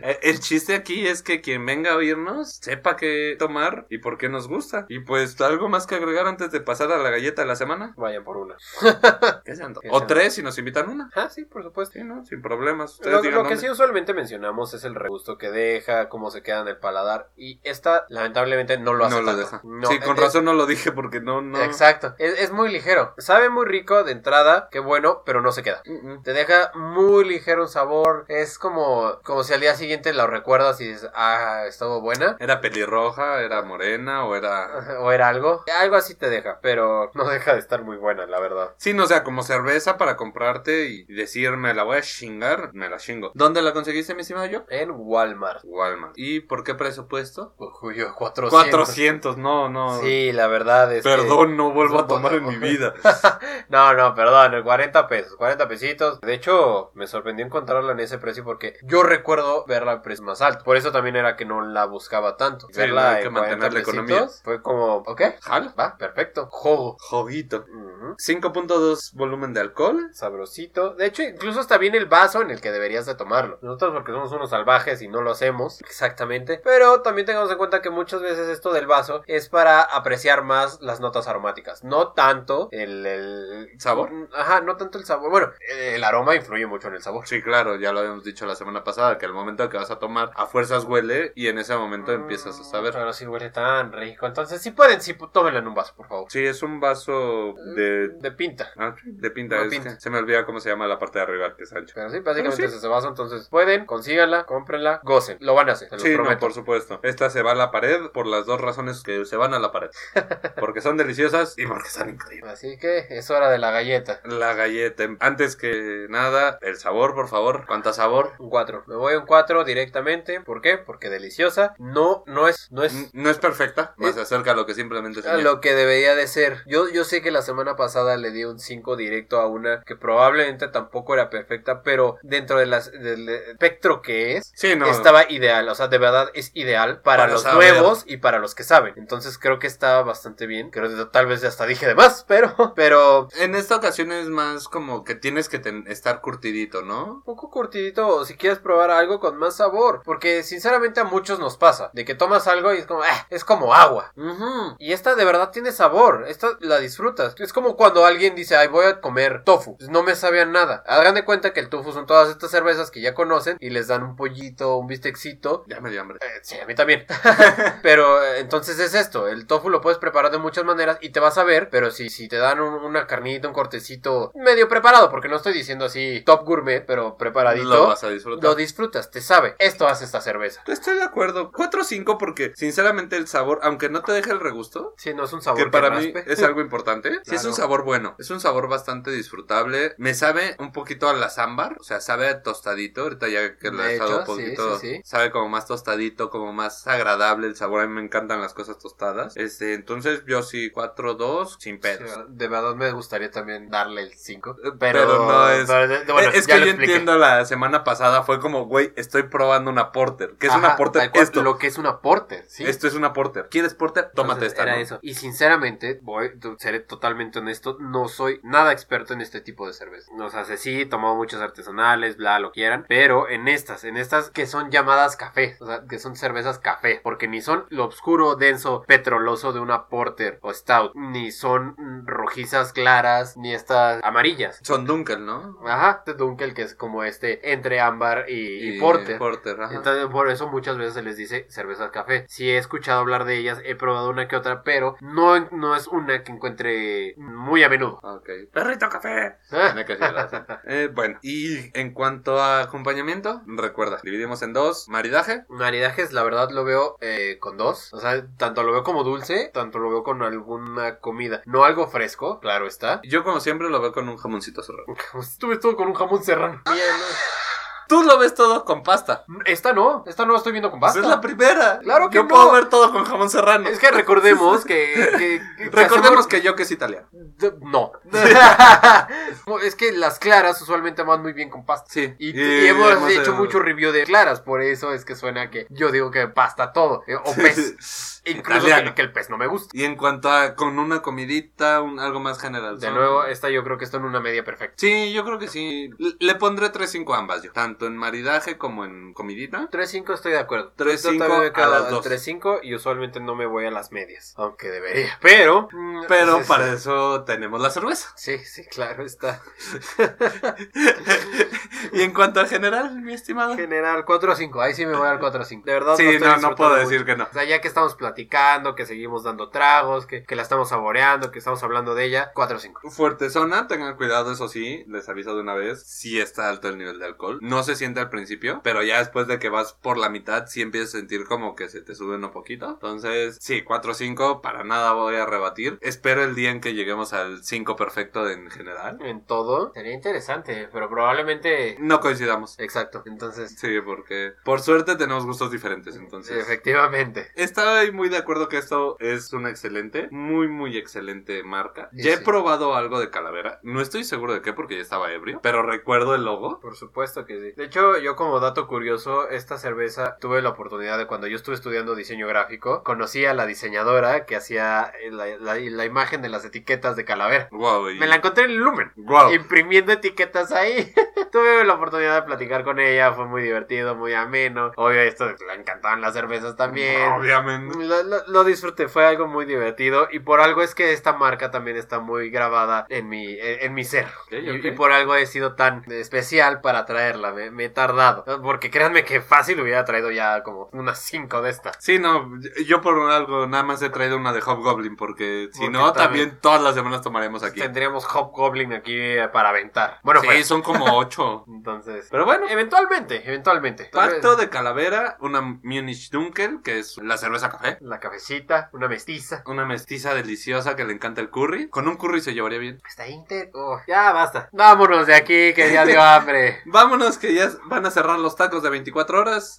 Eh, El chiste aquí es que quien venga a oírnos sepa qué tomar y por qué nos gusta. Y pues, ¿algo más que agregar antes de pasar a la galleta de la semana?
Vayan por una. Que
O
sea-
tres si nos invitan una.
Ah, sí, por supuesto.
Sí, ¿no? Sin problemas. Ustedes
Lo,
digan
lo que
dónde.
sí usualmente mencionamos es el regusto que deja, cómo se queda en el paladar. Y esta, lamentablemente, no lo hace.
no lo
tanto.
deja.
No,
sí, con
eh,
razón no lo dije porque no, no.
Exacto. Es, es muy ligero. Sabe muy rico de entrada, qué bueno, pero no se queda.
Mm, mm.
Te deja muy ligero un sabor. Es como, como si al día siguiente lo recuerdas y dices, ah, estuvo buena.
Era pelirroja, era morena o era.
O era algo. Algo así te deja, pero no deja de estar muy buena, la verdad.
Sí, no, o sea, como cerveza para comprarte y decir, me la voy a chingar, me la chingo. ¿Dónde la conseguiste, mi estimado yo?
En Walmart.
Walmart. ¿Y por qué presupuesto?
Cuyo 400.
400, no, no.
Sí, la verdad es que-
Perdón, no vuelvo a
No,
tomar en
no.
mi vida.
No, no, perdón, el 40 pesos, 40 pesitos. De hecho, me sorprendió encontrarla en ese precio porque yo recuerdo verla en precio más alto. Por eso también era que no la buscaba tanto.
Sí,
verla
no, hay que
en
mantener
40
la economía.
pesitos Fue como, ok,
Jala.
va, perfecto, juego.
Joguito.
Ujú,
5.2 volumen de alcohol.
Sabrosito. De hecho, incluso está bien el vaso en el que deberías de tomarlo. Nosotros porque somos unos salvajes y no lo hacemos exactamente. Pero también tengamos en cuenta que muchas veces esto del vaso es para apreciar más las notas aromáticas. No tanto el, el- Mm,
¿Sabor?
Ajá, no tanto el sabor. Bueno, el aroma influye mucho en el sabor.
Sí, claro, ya lo habíamos dicho la semana pasada, que al momento que vas a tomar, a fuerzas huele y en ese momento empiezas a saber.
Pero sí huele tan rico. Entonces, si pueden, sí, pu- tómenlo en un vaso, por favor.
Sí, es un vaso de...
De pinta.
ah, sí, de pinta.
No,
es
pinta.
que se me olvida cómo se llama la parte de arriba que es ancha.
Pero sí, básicamente
Pero
es ese vaso. Entonces, pueden, consíganla, cómprenla, gocen. Lo van a hacer, se los
Sí, no,
prometo.
por supuesto. Esta se va a la pared por las dos razones que se van a la pared. Porque son deliciosas y porque están increíbles.
Así que es hora de la galleta.
La galleta. Antes que nada, el sabor, por favor. ¿Cuánta sabor?
Un 4. Me voy a un 4 directamente. ¿Por qué? Porque deliciosa. No, no es, no es
N- No es perfecta, más se acerca a lo que simplemente
Pues, eh, a
soñé.
lo que debería de ser. Yo, yo sé que la semana pasada le di un 5 directo a una que probablemente tampoco era perfecta, pero dentro de las- del espectro que es.
Sí, no.
Estaba ideal, o sea, de verdad es ideal para,
Para
los
saber.
nuevos y para los que saben. Entonces creo que estaba bastante bien. Creo que tal vez hasta dije de más, pero, pero
En esta ocasión es más como que tienes que ten- estar curtidito, ¿no?
poco curtidito o si quieres probar algo con más sabor. Porque sinceramente a muchos nos pasa. De que tomas algo y es como, "Ah, es como agua. Y esta de verdad tiene sabor. Esta la disfrutas. Es como cuando alguien dice, ay, voy a comer tofu. Pues no me sabía nada. Hagan de cuenta que el tofu son todas estas cervezas que ya conocen y les dan un pollito, un bistecito.
Ya me dio hambre.
Eh, Sí, a mí también. pero eh, entonces es esto, el tofu lo puedes preparar de muchas maneras y te vas a ver, pero si, si te dan un- una carnita, un cortecito medio preparado, porque no estoy diciendo así top gourmet, pero preparadito,
Lo vas a
lo
disfrutar.
disfrutas, te sabe. Esto hace esta cerveza.
Estoy de acuerdo. 4 o 5 porque sinceramente el sabor, aunque no te deje el regusto,
Sí, no es un sabor
que
que
para mí
raspe.
es algo importante, sí es
Claro.
un sabor bueno. Es un sabor bastante disfrutable. Me sabe un poquito a la zámbar, o sea, sabe a tostadito. Ahorita ya que lo
De
he
hecho,
dejado un
sí,
poquito,
sí, sí.
sabe como más tostadito, como más agradable el sabor. A mí me encantan las cosas tostadas. Este, entonces yo sí 4 2 sin pedos.
Sí, de verdad me gustaría también darle el 5, pero,
pero no es-
pero- bueno,
Eh, es que
ya
yo
lo expliqué.
entiendo la semana pasada fue como, güey, estoy probando una porter. ¿Qué es
Ajá,
una porter?
tal cual,
Esto.
Lo que es un aporte, ¿sí?
Esto es una porter. ¿Quieres porter? Tómate
Entonces,
esta.
era
¿no?
eso. Y sinceramente, voy, t- seré totalmente honesto, no soy nada experto en este tipo de cerveza. No, o sea, sé, sí, he tomado muchas artesanales, bla, lo quieran, pero en estas, en estas que son llamadas café, o sea, que son cervezas café, porque ni son lo oscuro, denso, petroloso de una porter o stout, ni son mm, rojizas claras, ni estas amarillas.
Son Dunkel, ¿no?
Ajá, este Dunkel que es como este entre ámbar y, y porter.
ajá.
Entonces, por eso muchas veces se les dice cervezas café. Sí he escuchado hablar de ellas, he probado una que otra, pero no, no es una que encuentre muy a menudo.
Ok. Perrito café.
Ah,
Tiene que ser así. Eh, bueno, y en cuanto a acompañamiento, recuerda, dividimos en dos. Maridaje.
Maridajes, la verdad lo veo eh, con dos. O sea, tanto lo veo como dulce, tanto lo veo con alguna comida. No algo fresco, claro está.
Yo como siempre lo veo con un jamoncito cerrado.
Estuve todo con un jamón serrano. Bien, ¿no?
Tú lo ves todo con pasta.
Esta no, esta no la estoy viendo con
Pues
pasta.
es la primera.
Claro que
Yo
no.
puedo ver todo con jamón serrano.
Es que recordemos que... que- que-
Recordemos que yo que es italiano.
D- No. es que las claras usualmente van muy bien con pasta.
Sí.
Y,
Y-
y hemos
hemos-
hecho mucho review de claras, por eso es que suena que yo digo que pasta todo, eh, o pez. Incluso que,
Italiano.
que el pez no me gusta.
Y en cuanto a con una comidita, un- algo más general.
De
son-
nuevo, esta yo creo que está en una media perfecta.
Sí, yo creo que sí. L- Le pondré 3-5 ambas yo. Tanto en maridaje como en comidita.
3.5 estoy de acuerdo.
3.5
Yo también me quedo
a las dos.
3.5 y usualmente no me voy a las medias, aunque debería. Pero... mm,
Pero
es-
para eso tenemos la cerveza.
Sí, sí, claro, está.
y en cuanto a general, mi estimado.
General 4 a 5, ahí sí me voy al 4 a 5. De verdad,
Sí,
estoy
no, no puedo
disfrutando
decir que no.
O sea, ya que estamos platicando, que seguimos dando tragos, que, que la estamos saboreando, que estamos hablando de ella, 4 o 5.
Fuerte zona, tengan cuidado, eso sí, les aviso de una vez, sí está alto el nivel de alcohol. No se siente al principio, pero ya después de que vas por la mitad, sí empiezas a sentir como que se te suben un poquito. Entonces, sí, 4 o 5, para nada voy a rebatir. Espero el día en que lleguemos al 5 perfecto en general.
En todo. Sería interesante, pero probablemente...
No coincidamos.
Exacto, entonces...
Sí, porque por suerte tenemos gustos diferentes, Pues entonces.
Efectivamente.
Estoy muy de acuerdo que esto es una excelente, muy, muy excelente marca.
Sí,
ya he
sí.
probado algo de calavera. No estoy seguro de qué porque ya estaba ebrio, pero recuerdo el logo.
Por supuesto que sí. De hecho, yo como dato curioso, esta cerveza tuve la oportunidad de cuando yo estuve estudiando diseño gráfico, conocí a la diseñadora que hacía eh, la, la- la imagen de las etiquetas de calavera.
Wow,
Me la encontré en Lumen. imprimiendo etiquetas ahí. Tuve la oportunidad de platicar con ella, fue muy divertido, muy ameno. Obvio, esto le encantaban las cervezas también.
Obviamente.
Lo, lo- lo disfruté, fue algo muy divertido y por algo es que esta marca también está muy grabada en mi, eh, en, en mi ser. Y-
ok.
Y, por algo he sido tan especial para traerla, me, me he tardado. Porque créanme que fácil hubiera traído ya como unas 5 de estas.
Sí, no, yo por algo nada más he traído una de Hobgoblin porque si
Porque
no,
también-
también todas las semanas tomaremos aquí.
Tendríamos Hobgoblin aquí eh, para aventar. Bueno,
sí,
pues,
son como ocho.
entonces...
Pero bueno,
Eventualmente, eventualmente. Tal vez-
pacto de calavera, una Munich Dunkel, que es la cerveza café.
La cafecita, una mestiza.
Una mestiza deliciosa que le encanta el curry. Con un curry se llevaría bien.
Hasta Inter. oh, ya basta. Vámonos de aquí, que ya dio hambre.
Vámonos que ya van a cerrar los tacos de 24 horas.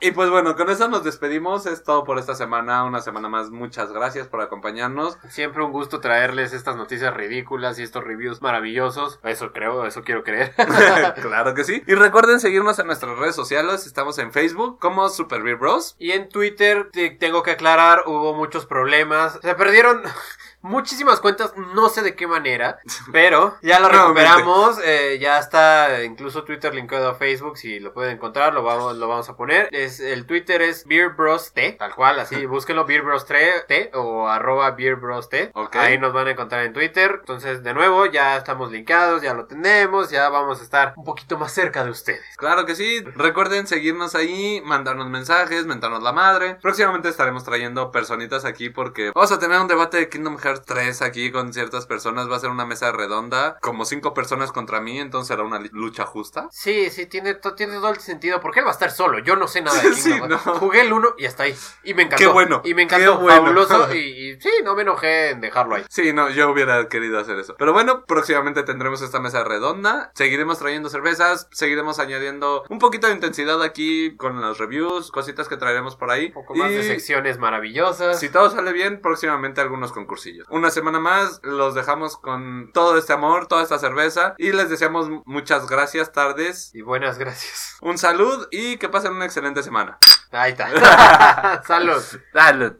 y pues bueno, con eso nos despedimos. Es todo por esta semana. Una semana más. Muchas gracias por acompañarnos.
Siempre un gusto traerles estas noticias ridículas y estos reviews maravillosos. Eso creo, eso quiero creer.
claro que sí. Y recuerden seguirnos en nuestras redes sociales. Estamos en Facebook como Super Beer Bros.
Y en Twitter, te- tengo que aclarar, hubo muchos problemas. Se perdieron muchísimas cuentas, no sé de qué manera, pero ya la
Nuevamente.
recuperamos. eh, ya está incluso Twitter linkado a Facebook, si lo pueden encontrar, lo vamos, lo vamos a poner. Es, el Twitter es Beer Bros T, tal cual, así búsquenlo, Beer Bros T, T, o arroba Beer Bros T.
Ok.
Ahí nos van a encontrar en Twitter. Entonces, de nuevo, ya estamos linkados, ya lo tenemos, ya vamos a estar un poquito más cerca de ustedes.
Claro que sí. Recuerden seguirnos ahí, mandarnos mensajes, mentarnos la madre. Próximamente estaremos trayendo personitas aquí porque vamos a tener un debate de Kingdom Hearts 3 aquí con ciertas personas. Va a ser una mesa redonda, como cinco personas contra mí, entonces será una li- lucha justa.
Sí, sí, tiene, to- tiene todo el sentido. Porque él va a estar solo. Yo no sé nada de
Sí,
Kingdom Hearts.
no.
Jugué el uno y hasta ahí. Y me encantó.
Qué bueno,
Y me encantó.
qué bueno.
Fabuloso. Y, y sí, no me enojé en dejarlo ahí.
Sí, no, yo hubiera querido hacer eso. Pero bueno, próximamente tendremos esta mesa redonda. Seguiremos trayendo cervezas, seguiremos añadiendo un poquito de intensidad aquí con los reviews, cositas que traeremos por ahí.
Un poco más de
Y
secciones maravillosas.
Si todo sale bien, próximamente algunos concursillos. Una semana más, los dejamos con todo este amor, toda esta cerveza y les deseamos muchas gracias, tardes.
Y buenas gracias.
Un salud y que pasen una excelente semana.
Ahí está. Salud.
Salud.